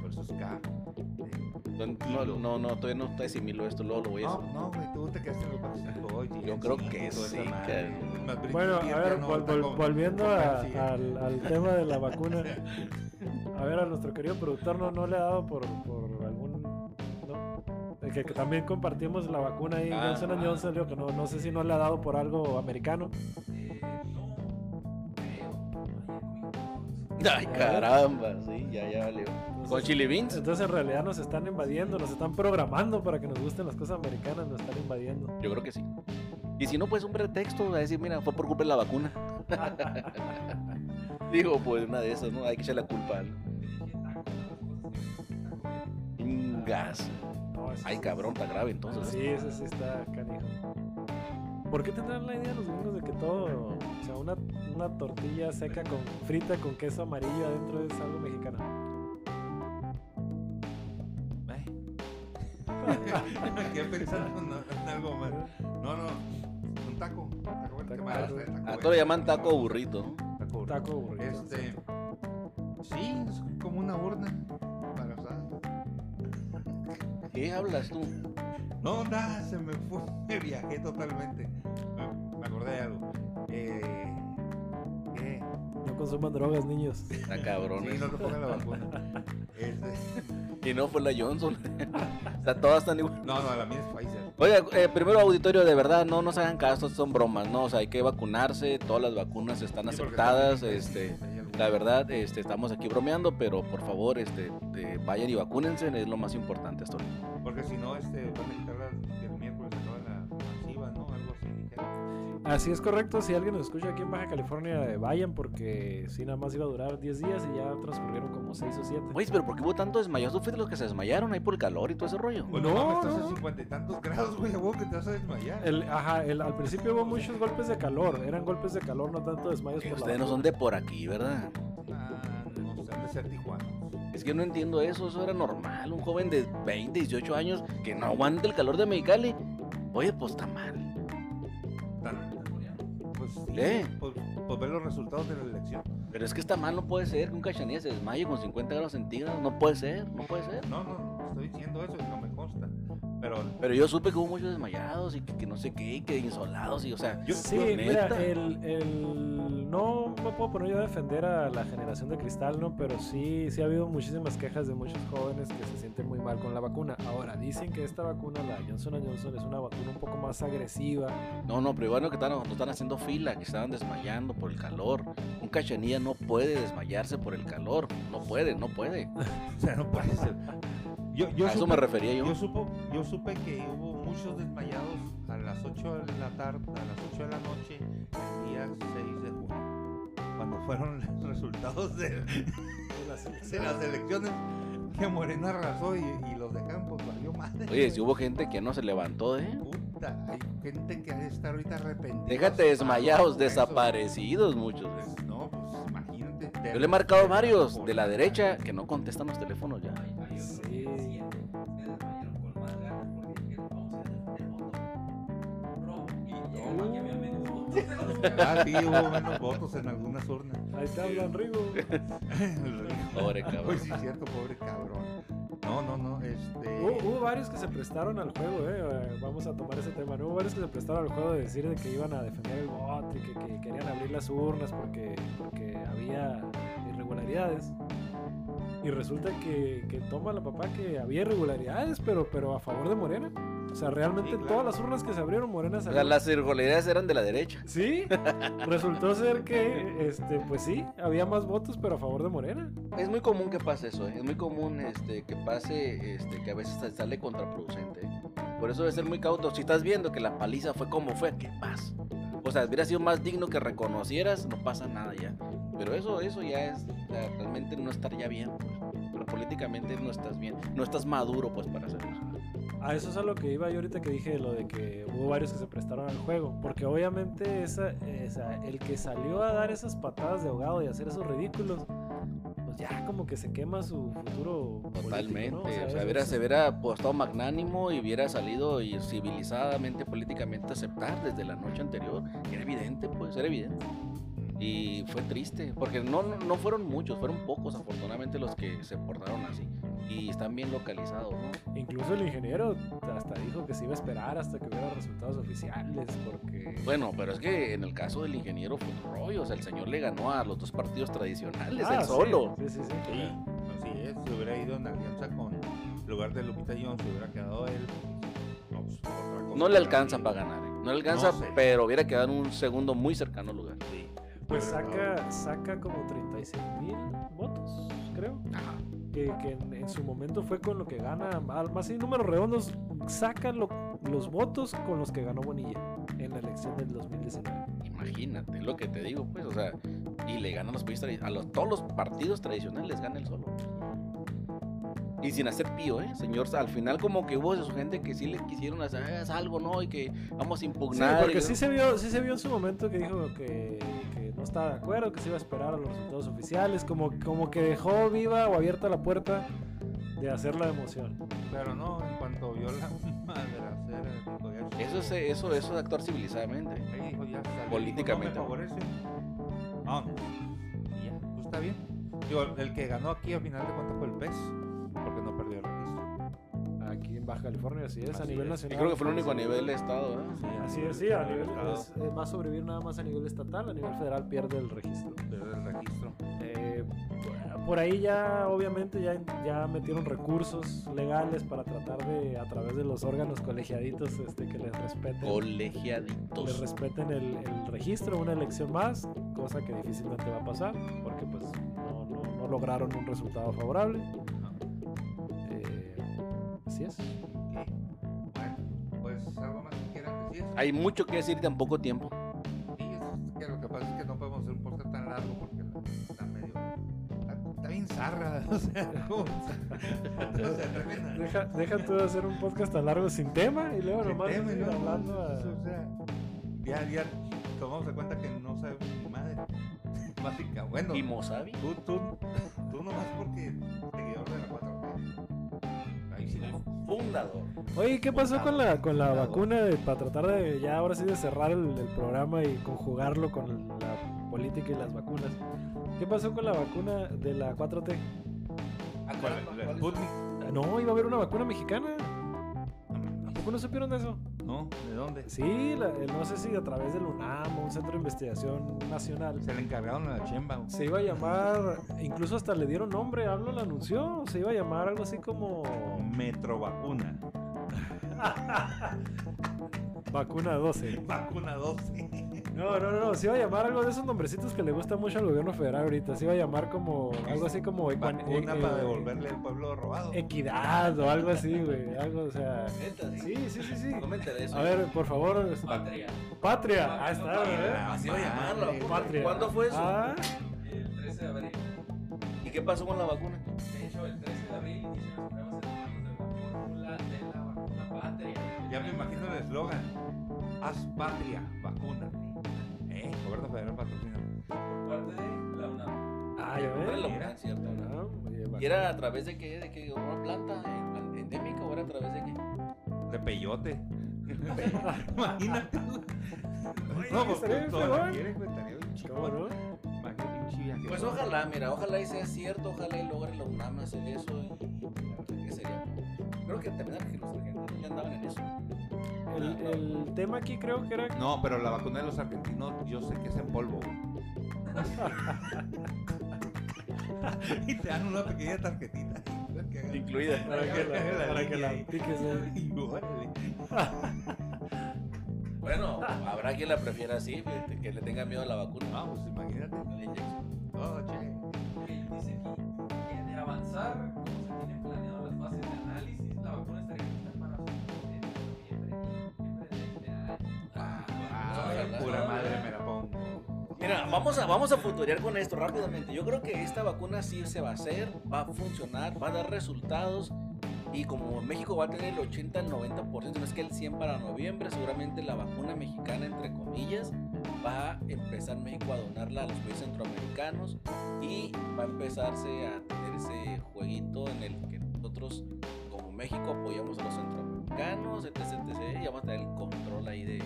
Speaker 1: Por eso es eh, K.
Speaker 3: No, no, no, no, todavía no te asimilo esto, luego lo voy a
Speaker 1: No, no, güey, tú te quedaste en los Backstreet Boys.
Speaker 3: Yo creo que sí, cabrón.
Speaker 2: Bueno, a ver, vol- vol- volviendo a-
Speaker 1: ¿eh?
Speaker 2: al, al tema de la vacuna. A ver, a nuestro querido productor no, no le ha dado por, por algún. ¿no? Eh, Que, que también compartimos la vacuna ahí.
Speaker 3: Ah,
Speaker 2: Johnson
Speaker 3: ah.
Speaker 2: Johnson, digo que no, no sé si no le ha dado por algo americano.
Speaker 4: Eh, no, creo.
Speaker 3: Ay, caramba, sí, ya, ya valió.
Speaker 2: Entonces-
Speaker 3: ¿Con chili beans?
Speaker 2: Entonces en realidad nos están invadiendo, nos están programando para que nos gusten las cosas americanas, nos están invadiendo.
Speaker 3: Yo creo que sí. Y si no, pues un pretexto a decir, mira, fue por culpa de la vacuna. Digo, pues una de esas, ¿no? Hay que echar la culpa. al Gas.
Speaker 2: No, eso
Speaker 3: Ay,
Speaker 2: sí-
Speaker 3: cabrón, está grave entonces.
Speaker 2: Sí, eso sí está canijo. ¿Por qué tendrán la idea los gringos de que todo, o sea, una, una tortilla seca con frita con queso amarillo adentro es algo mexicano?
Speaker 1: Me quedé pensando en, en algo más. No, no, un taco. Taco, Bell,
Speaker 2: Taco
Speaker 1: qué mala
Speaker 2: Bell.
Speaker 1: está el Taco
Speaker 3: A
Speaker 1: Bell.
Speaker 3: todo Ah, le llaman taco burrito. ¿no?
Speaker 1: Taco Bell.
Speaker 2: Taco burrito.
Speaker 1: Este. Sí, es como una urna para usar.
Speaker 3: ¿Qué hablas tú?
Speaker 1: No, nada, se me fue, me viajé totalmente. Me- Me acordé de algo. Eh, ¿Qué?
Speaker 2: No consuman drogas, niños.
Speaker 3: Está cabrón.
Speaker 1: Sí, no te pongan la vacuna. Este,
Speaker 3: Y no fue la Johnson. o sea, todas están igual.
Speaker 1: no, no, la mía es Pfizer.
Speaker 3: Oiga, eh, primero auditorio, de verdad, no nos hagan caso, son bromas, ¿no? O sea, hay que vacunarse, todas las vacunas están
Speaker 1: Sí, porque
Speaker 3: aceptadas,
Speaker 1: también-
Speaker 3: este...
Speaker 1: hay algunas.
Speaker 3: La verdad, este, estamos aquí bromeando, pero por favor, este, eh, vayan y vacúnense, es lo más importante hasta ahorita.
Speaker 1: Porque si no, este, van a quitar las del miércoles acaban las masivas, ¿no? Algo así. dijeron.
Speaker 2: Así es correcto, si alguien nos escucha aquí en Baja California, eh, vayan porque si nada más iba a durar 10 días y ya transcurrieron como 6 o 7.
Speaker 3: Oye, pero ¿por qué hubo tanto desmayo? ¿Tú fuiste los que se desmayaron ahí por el calor y todo ese rollo?
Speaker 1: Pues
Speaker 2: No,
Speaker 1: no, mames, estás
Speaker 2: no.
Speaker 1: a cincuenta y tantos grados, güey, a huevo que te vas a
Speaker 3: Eh.
Speaker 1: desmayar.
Speaker 2: El- ajá, el- al principio hubo muchos golpes de calor, eran golpes de calor, no tanto desmayos
Speaker 3: Eh,
Speaker 2: Pues por la
Speaker 3: ustedes no son de por aquí, ¿verdad?
Speaker 1: Ah, no sé, han de ser Tijuana.
Speaker 3: Es que no entiendo eso, eso era normal. Un joven de 20, 18 años que no aguanta el calor de Mexicali. Oye, pues está mal.
Speaker 1: Tan- Pues, sí,
Speaker 3: ¿Eh?
Speaker 1: pues, pues ver los resultados de la elección.
Speaker 3: Pero es que está mal, no puede ser que un cachanilla se desmaye con 50 grados centígrados. No puede ser, no puede ser.
Speaker 1: No, no, no, estoy diciendo eso y no me consta. Pero
Speaker 3: Pero yo supe que hubo muchos desmayados y que, que no sé qué, que insolados y, o sea,
Speaker 1: yo,
Speaker 2: Sí,
Speaker 1: yo-
Speaker 2: mira,
Speaker 3: neta.
Speaker 2: el, el- no me puedo poner yo a defender a la generación de cristal, ¿no? Pero sí, sí ha habido muchísimas quejas de muchos jóvenes que se sienten muy mal con la vacuna. Ahora, dicen que esta vacuna, la Johnson Johnson, es una vacuna un poco más agresiva.
Speaker 3: No, no, pero igual no que están, no están haciendo fila, que estaban desmayando por el calor. Un cachanilla no puede desmayarse por el calor. No puede, no puede.
Speaker 1: o sea, no puede ser. Yo, yo
Speaker 3: a eso
Speaker 1: supe-
Speaker 3: me refería yo.
Speaker 1: Yo, supo, yo supe que hubo muchos desmayados a las 8 de la tarde, a las 8 de la noche, el día 6 de junio. Cuando fueron los resultados de, de las elecciones, que Morena arrasó y, y los de Campos valió madre.
Speaker 3: Oye, si hubo gente que no se levantó, ¿eh?
Speaker 1: Puta, hay gente que ha de estar ahorita arrepentida.
Speaker 3: Déjate desmayados, desaparecidos muchos. güey.
Speaker 1: No, pues imagínate.
Speaker 3: Yo le he marcado a varios de la derecha que no contestan los teléfonos ya.
Speaker 4: Hay- hay otros que
Speaker 2: Sí.
Speaker 4: sienten, se desmayaron con más ganas porque dijeron, vamos a defender el voto". Robo, y llegaron
Speaker 2: No.
Speaker 4: a que había menos votos.
Speaker 1: Ah, sí, hubo menos votos en algunas urnas.
Speaker 2: Ahí te hablan, Rigo.
Speaker 3: Pobre cabrón.
Speaker 1: Pues sí, cierto, pobre cabrón. No, no, no, este.
Speaker 2: Hubo, hubo varios que se prestaron al juego, eh. eh, Vamos a tomar ese tema. ¿no? Hubo varios que se prestaron al juego de decir de que iban a defender el voto y que, que querían abrir las urnas porque, porque había irregularidades. Y resulta que, que toma la papá que había irregularidades, pero, pero a favor de Morena. O sea, realmente
Speaker 1: Sí, claro.
Speaker 2: todas las urnas que se abrieron, Morena
Speaker 3: O sea,
Speaker 2: salió.
Speaker 3: las irregularidades eran de la derecha.
Speaker 2: Sí, resultó ser que, este, pues sí, había más votos, pero a favor de Morena.
Speaker 3: Es muy común que pase eso, ¿eh? es muy común este, que pase este, que a veces te sale contraproducente. ¿eh? Por eso debe ser muy cauto. Si estás viendo que la paliza fue como fue, ¿qué pasa? O sea, hubiera sido más digno que reconocieras, no pasa nada ya. Pero eso, eso ya es o sea, realmente no estar ya bien. pues. Pero políticamente no estás bien, no estás maduro pues para hacer eso.
Speaker 2: A eso es a lo que iba yo ahorita que dije lo de que hubo varios que se prestaron al juego. Porque obviamente esa, esa- el que salió a dar esas patadas de ahogado y hacer esos ridículos, pues ya como que se quema su futuro. político, ¿no?
Speaker 3: Totalmente. O sea,
Speaker 2: eso-
Speaker 3: hubiera- se hubiera postado magnánimo y hubiera salido y civilizadamente, políticamente aceptar desde la noche anterior. Era evidente, pues, era evidente. Y fue triste, porque no, no, no fueron muchos, fueron pocos afortunadamente los que se portaron así. Y están bien localizados, ¿no?
Speaker 2: Incluso el ingeniero hasta dijo que se iba a esperar hasta que hubiera resultados oficiales. Porque.
Speaker 3: Bueno, pero es que en el caso del ingeniero fue un rollo, o sea, el señor le ganó a los dos partidos tradicionales,
Speaker 2: Ah,
Speaker 3: él
Speaker 2: sí,
Speaker 3: solo.
Speaker 2: Sí, sí, sí.
Speaker 1: Sí, así es. Se hubiera ido en alianza con. En lugar de Lupita Jones, se hubiera quedado él. No, pues, otra cosa.
Speaker 3: No le alcanza para ganar, ¿eh? no le alcanza,
Speaker 1: No sé.
Speaker 3: pero hubiera quedado en un segundo muy cercano lugar.
Speaker 1: Sí.
Speaker 2: Pues
Speaker 1: Pero no.
Speaker 2: saca, saca como 36 mil votos, creo. Que, que en, en su momento fue con lo que gana, más así, números redondos, saca lo- los votos con los que ganó Bonilla en la elección del 2019.
Speaker 3: Imagínate lo que te digo, pues, o sea, y le ganan los países tradi- a los, todos los partidos tradicionales, gana el solo. Y sin hacer pío, ¿eh? Señor, al final como que hubo su gente que sí le quisieron hacer "Haz algo, ¿no? Y que vamos a
Speaker 2: Sí,
Speaker 3: impugnar.
Speaker 2: porque
Speaker 3: y-
Speaker 2: sí se, vio, sí se vio en su momento que dijo que, que no estaba de acuerdo, que se iba a esperar a los resultados oficiales, como, como que dejó viva o abierta la puerta de hacer la emoción.
Speaker 1: Pero no, en cuanto vio la madracera, dijo, ya
Speaker 3: Eso es, eh, eso, eso es actuar civilizadamente.
Speaker 1: Ahí dijo, ya salió,
Speaker 3: Políticamente.
Speaker 1: dijo, No me favorece. Ah, y ya, pues está bien. Digo, el que ganó aquí al final de cuentas fue el pez, porque no perdió el registro.
Speaker 2: Aquí en Baja California, así es, a
Speaker 1: Así
Speaker 2: nivel
Speaker 1: es.
Speaker 2: nacional.
Speaker 3: Y creo que fue el único a nivel de Estado, ¿eh?
Speaker 2: Así es, pues, sí, a nivel, es- eh, va a sobrevivir nada más a nivel estatal, a nivel federal pierde el registro.
Speaker 1: Perdió el registro.
Speaker 2: Eh, por ahí ya, obviamente, ya, ya metieron recursos legales para tratar de, a través de los órganos colegiaditos, este, que les respeten, les
Speaker 3: Colegiaditos.
Speaker 2: respeten el, el registro, una elección más, cosa que difícilmente va a pasar, porque pues no, no- no lograron un resultado favorable. Eh, así es.
Speaker 1: Ok. Bueno, pues algo más que quieran decir.
Speaker 3: Hay mucho que decir y tan poco tiempo.
Speaker 1: Sí, es que lo que pasa es que no podemos hacer un podcast tan largo porque la- está medio. está- Está bien zarra, o sea, como- o sea, también-
Speaker 2: Deja, deja tú de hacer un podcast tan largo sin tema y luego
Speaker 1: Sin
Speaker 2: nomás
Speaker 1: tema,
Speaker 2: seguir
Speaker 1: ¿no?
Speaker 2: hablando a-
Speaker 1: O sea, ya, ya tomamos en cuenta que no sabemos ni madre. Básica, bueno,
Speaker 3: Y Mosabi.
Speaker 1: tú, tú, tú nomás porque seguidor de la 4T. Ahí sí, no.
Speaker 3: Fundador.
Speaker 2: Oye, ¿qué pasó con la, con la vacuna de, para tratar de ya ahora sí de cerrar el, el programa y conjugarlo con el- la política y las vacunas? ¿Qué pasó con la vacuna de la 4T?
Speaker 1: ¿Cuál- la Sputnik?
Speaker 2: No, iba a haber una vacuna mexicana. ¿A poco no supieron de eso?
Speaker 1: No, ¿de dónde?
Speaker 2: Sí, la- el- no sé si a través del UNAM, o un centro de investigación nacional.
Speaker 1: Se le encargaron a la chemba. güey.
Speaker 2: Se iba a llamar, incluso hasta le dieron nombre, hablo la anunció, se iba a llamar algo así como
Speaker 1: Metrovacuna.
Speaker 2: vacuna 12.
Speaker 1: Vacuna 12.
Speaker 2: No, no, no, se iba a llamar algo de esos nombrecitos que le gusta mucho al gobierno federal ahorita. Se iba a llamar como algo así como ecuan-
Speaker 1: Vacuna
Speaker 2: eh,
Speaker 1: para
Speaker 2: eh,
Speaker 1: devolverle al pueblo robado.
Speaker 2: equidad o algo así, güey. Algo, o sea. Sí, sí, sí, sí.
Speaker 3: No me enteré de eso.
Speaker 2: A ver, por favor, este-
Speaker 4: Patria.
Speaker 2: patria. Ahí está,
Speaker 1: Patria.
Speaker 2: güey.
Speaker 3: Así va a llamarlo.
Speaker 1: Madre,
Speaker 2: patria.
Speaker 3: ¿Cuándo fue eso?
Speaker 2: Ah,
Speaker 4: El 13 de abril.
Speaker 3: ¿Y qué pasó con la vacuna?
Speaker 4: De hecho, el 13 de abril
Speaker 1: eslogan, haz patria, vacúnate. Eh, gobierno federal patrocina.
Speaker 4: por parte de la UNAM.
Speaker 2: Ah, ya
Speaker 3: Era
Speaker 2: ves.
Speaker 3: la UNAM, cierto.
Speaker 2: Ah, oye,
Speaker 3: ¿Y era a través de qué? ¿De qué? ¿Una planta en- endémica o era a través de qué?
Speaker 1: De peyote. Imagínate, güey. No,
Speaker 2: no,
Speaker 1: pues
Speaker 2: estaría bien
Speaker 1: todo lo
Speaker 2: fregón.
Speaker 1: quieren, güey, estaría bien
Speaker 2: ¿Cómo
Speaker 1: chingón.
Speaker 2: no?
Speaker 1: Imagínate, pinche viaje.
Speaker 3: Pues ojalá, mira, ojalá y sea cierto, ojalá y logre la UNAM hacer eso y, y la verdad que sería. Creo que también arge- los argentinos ya andaban en eso.
Speaker 2: El, el tema aquí creo que era
Speaker 1: No, pero la vacuna de los argentinos yo sé que es en polvo. güey. y te dan una pequeña tarjetita. Que hagan-
Speaker 3: Incluida.
Speaker 2: para que la, para que la
Speaker 1: línea ahí.
Speaker 2: piques. eh.
Speaker 1: Y órale.
Speaker 3: Bueno, habrá quien la prefiera así, fíjate, que le tenga miedo a la vacuna.
Speaker 1: Vamos, imagínate.
Speaker 3: a la inyección.
Speaker 1: Oh, che.
Speaker 4: Ok, dice aquí que de avanzar, como se tienen planeado las fases de análisis, la vacuna estaría lista para su en noviembre y diciembre de este año.
Speaker 1: Ay,
Speaker 3: ojalá.
Speaker 1: Ah, pura madre me la pongo.
Speaker 3: Mira, vamos a, vamos a futurear con esto rápidamente. Yo creo que esta vacuna sí se va a hacer, va a funcionar, va a dar resultados. Y como México va a tener el 80 al 90%, no es que el 100 para noviembre, seguramente la vacuna mexicana, entre comillas, va a empezar México a donarla a los países centroamericanos y va a empezarse a tener ese jueguito en el que nosotros, como México, apoyamos a los centroamericanos, etc. etc y vamos a tener el control ahí de.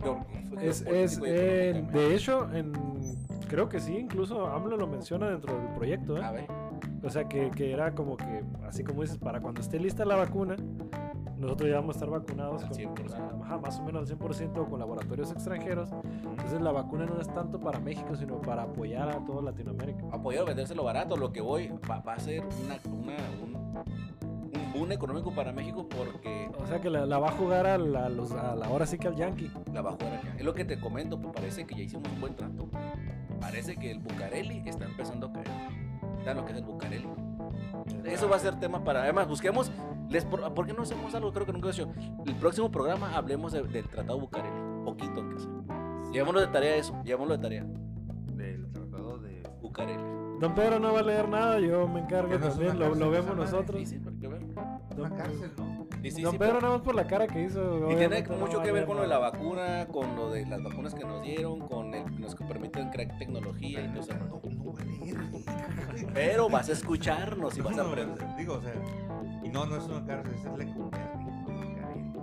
Speaker 1: Pero
Speaker 2: Es, es,
Speaker 3: geopolítico y
Speaker 2: eh,
Speaker 3: económicamente.
Speaker 2: de hecho, en, creo que sí, incluso AMLO lo menciona dentro del proyecto. ¿eh?
Speaker 3: A ver.
Speaker 2: O sea, que, que era como que, así como dices, para cuando esté lista la vacuna, nosotros ya vamos a estar vacunados
Speaker 3: Al 100%.
Speaker 2: ajá, más o menos al 100% con laboratorios extranjeros. Entonces la vacuna no es tanto para México, sino para apoyar a toda Latinoamérica.
Speaker 3: apoyar, vendérselo barato, lo que voy va, va a ser una, una, un, un boom económico para México porque
Speaker 2: O sea, que la, la va a jugar a la, los, a la- ahora sí que al Yankee.
Speaker 3: la va a jugar acá. Es lo que te comento, pues parece que ya hicimos un buen trato. Parece que el Bucareli está empezando a caer. Dan lo que es el Bucareli. Eso va a ser tema para. Además, busquemos. Les, por, ¿por qué no hacemos algo? Creo que nunca he hecho. El próximo programa hablemos de- del Tratado Bucareli. Poquito, aunque sea. Llevémoslo de tarea eso. Llevémoslo de tarea.
Speaker 1: Del tratado de.
Speaker 3: Bucareli.
Speaker 2: Don Pedro no va a leer nada, yo me
Speaker 1: Que
Speaker 2: encargo
Speaker 1: no es
Speaker 2: también,
Speaker 1: una
Speaker 2: lo, lo
Speaker 1: cárcel esa
Speaker 2: vemos
Speaker 1: madre,
Speaker 2: nosotros.
Speaker 3: Sí, sí, para que vean.
Speaker 2: Don,
Speaker 1: Una cárcel, ¿no?
Speaker 3: Sí, sí,
Speaker 2: don
Speaker 3: sí,
Speaker 2: Pedro nada más por la cara que hizo.
Speaker 3: Y tiene
Speaker 2: obviamente no
Speaker 3: mucho
Speaker 2: va a
Speaker 3: que ver
Speaker 2: leer
Speaker 3: con lo de la
Speaker 2: nada.
Speaker 3: vacuna, con lo de las vacunas que nos dieron, con el que nos permiten crear tecnología y todo eso.
Speaker 1: No, no va a leer.
Speaker 3: Pero vas a escucharnos y vas a
Speaker 1: No,
Speaker 3: aprender.
Speaker 1: Digo, o sea. Y no, no es una cárcel, esa es la Lecumberri.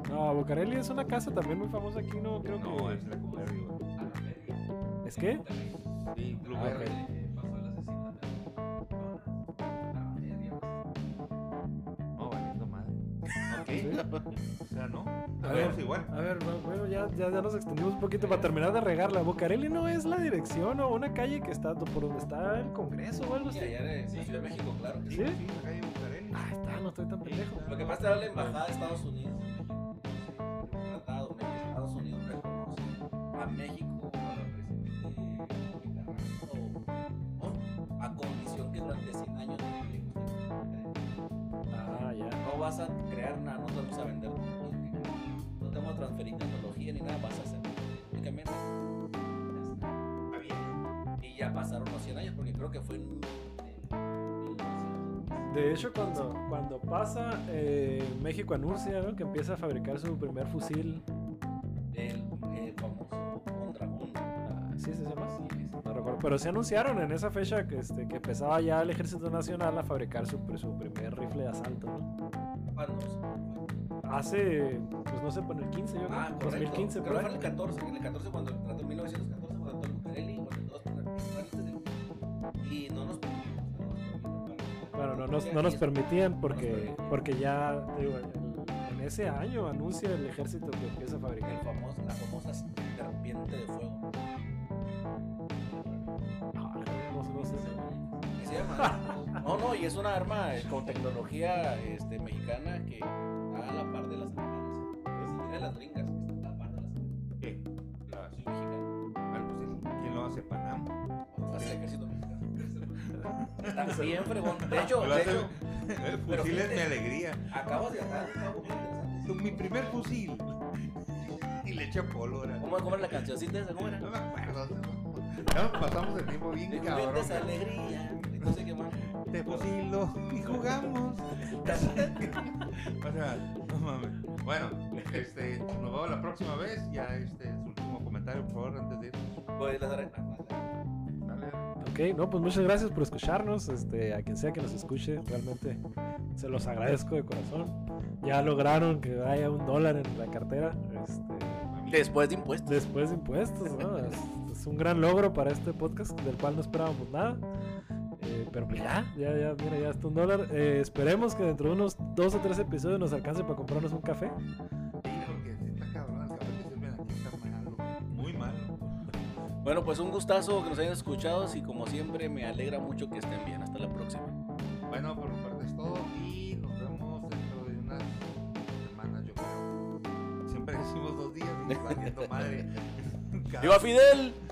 Speaker 2: No, Bucareli es una casa también muy famosa aquí, no creo
Speaker 1: No,
Speaker 2: que.
Speaker 1: es la Lecumberri, güey.
Speaker 4: A la verga.
Speaker 2: ¿Es qué?
Speaker 1: Sí, Blueberry.
Speaker 4: Eh, Pasó el asesinato de Ah, personas. A la verga.
Speaker 1: No, valiendo madre. Ok. O sea, ¿no?
Speaker 2: A
Speaker 1: A
Speaker 2: ver.
Speaker 1: ver, ¿Ah, igual.
Speaker 2: A ver, va- bueno, ya, ya, ya nos extendimos un poquito para terminar de regarla. Bucareli no es la dirección o una calle que está do- por donde está el Congreso o algo así.
Speaker 3: Sí, allá en la Ciudad de México, claro. que sí.
Speaker 1: Sí, sí, la calle Bucareli.
Speaker 2: Ah, está, no estoy tan pendejo.
Speaker 3: Lo que pasa es que la embajada de Estados Unidos en México, un tratado, de que Estados Unidos reconoce a México a la presidente Nicaragua, o- a condición que durante 100 años
Speaker 2: Ah, ya.
Speaker 3: no vas a crear nada, no te vamos a vender, no te vamos a transferir tecnología ni nada, vas a hacer únicamente.
Speaker 1: Está bien.
Speaker 3: Y ya pasaron los 100 años, porque creo que fue en.
Speaker 2: De hecho, cuando, cuando pasa, eh, México anuncia ¿no? que empieza a fabricar su primer fusil.
Speaker 3: El, el famoso Mondragón.
Speaker 2: Ah, ¿Sí se llama?
Speaker 3: Así es.
Speaker 2: No recuerdo. Pero se anunciaron en esa fecha que, este, que empezaba ya el Ejército Nacional a fabricar su, su primer rifle de asalto, ¿no?
Speaker 3: Cuando-
Speaker 2: Hace, pues no sé, por el 15, yo creo.
Speaker 3: Ah, correcto.
Speaker 2: 2015, por
Speaker 3: Creo que fue
Speaker 2: ahí.
Speaker 3: en el 14, en el 14 cuando el trato 1914 cuando entró Bucareli, cuando todos participantes del- y no nos permitimos, no nos permitimos para-
Speaker 2: Bueno, no nos, no nos
Speaker 3: Y-
Speaker 2: permitían
Speaker 3: No nos
Speaker 2: porque,
Speaker 3: permitían.
Speaker 2: porque ya, te digo, el- en ese año anuncia el ejército que empieza a
Speaker 3: el
Speaker 2: fabricar.
Speaker 3: famoso, la famosa serpiente de fuego.
Speaker 2: Ah, No, no sé.
Speaker 3: ¿Qué se llama? No, no, y es una arma eh, con tecnología este, mexicana que está a la par de las americanas. Ni siquiera las gringas, está a la par de las americanas.
Speaker 1: ¿Qué? La-
Speaker 3: Soy mexicano.
Speaker 1: Ah, pues sí. ¿Quién lo hace? Panam.
Speaker 3: O sea, el ejército mexicano. Está bien fregón. De hecho,
Speaker 1: Me lo
Speaker 3: de
Speaker 1: hace-
Speaker 3: hecho,
Speaker 1: El
Speaker 3: Pero
Speaker 1: fusil es mi
Speaker 3: fíjate.
Speaker 1: alegría.
Speaker 3: acabas de atar un cabo muy interesante.
Speaker 1: Tu- Mi primer fusil. Y le echa pólvora.
Speaker 3: ¿Cómo, cómo era la cancioncita esa? ¿Cómo era?
Speaker 1: No me acuerdo. Ya nos pasamos el tiempo
Speaker 3: De
Speaker 1: bien cabrón.
Speaker 3: juguetes alegría. y No sé qué más.
Speaker 1: Te fusilo y jugamos. O sea, no mames. Bueno, este, nos vemos la próxima vez. Ya este, su último comentario, por favor, antes de ir.
Speaker 3: Pues las arenas.
Speaker 1: Dale.
Speaker 2: Ok, no, pues muchas gracias por escucharnos, este, a quien sea que nos escuche, realmente se los agradezco de corazón. Ya lograron que haya un dólar en la cartera, este,
Speaker 3: Después de impuestos.
Speaker 2: después de impuestos, ¿no? Es, es un gran logro para este podcast del cual no esperábamos nada. Eh, pero pues ya, ya, ya, mira, ya está un dólar. Eh, esperemos que dentro de unos dos o tres episodios nos alcance para comprarnos un café.
Speaker 1: Sí, porque sí está cabrón, el café que sirven aquí está malo, muy malo.
Speaker 3: Bueno, pues un gustazo que nos hayan escuchado y como siempre me alegra mucho que estén bien. Hasta la próxima.
Speaker 1: Bueno, por mi parte es todo y nos vemos dentro de unas semanas, yo creo. Siempre decimos dos días y está viendo madre. Cada-
Speaker 3: ¡Viva Fidel!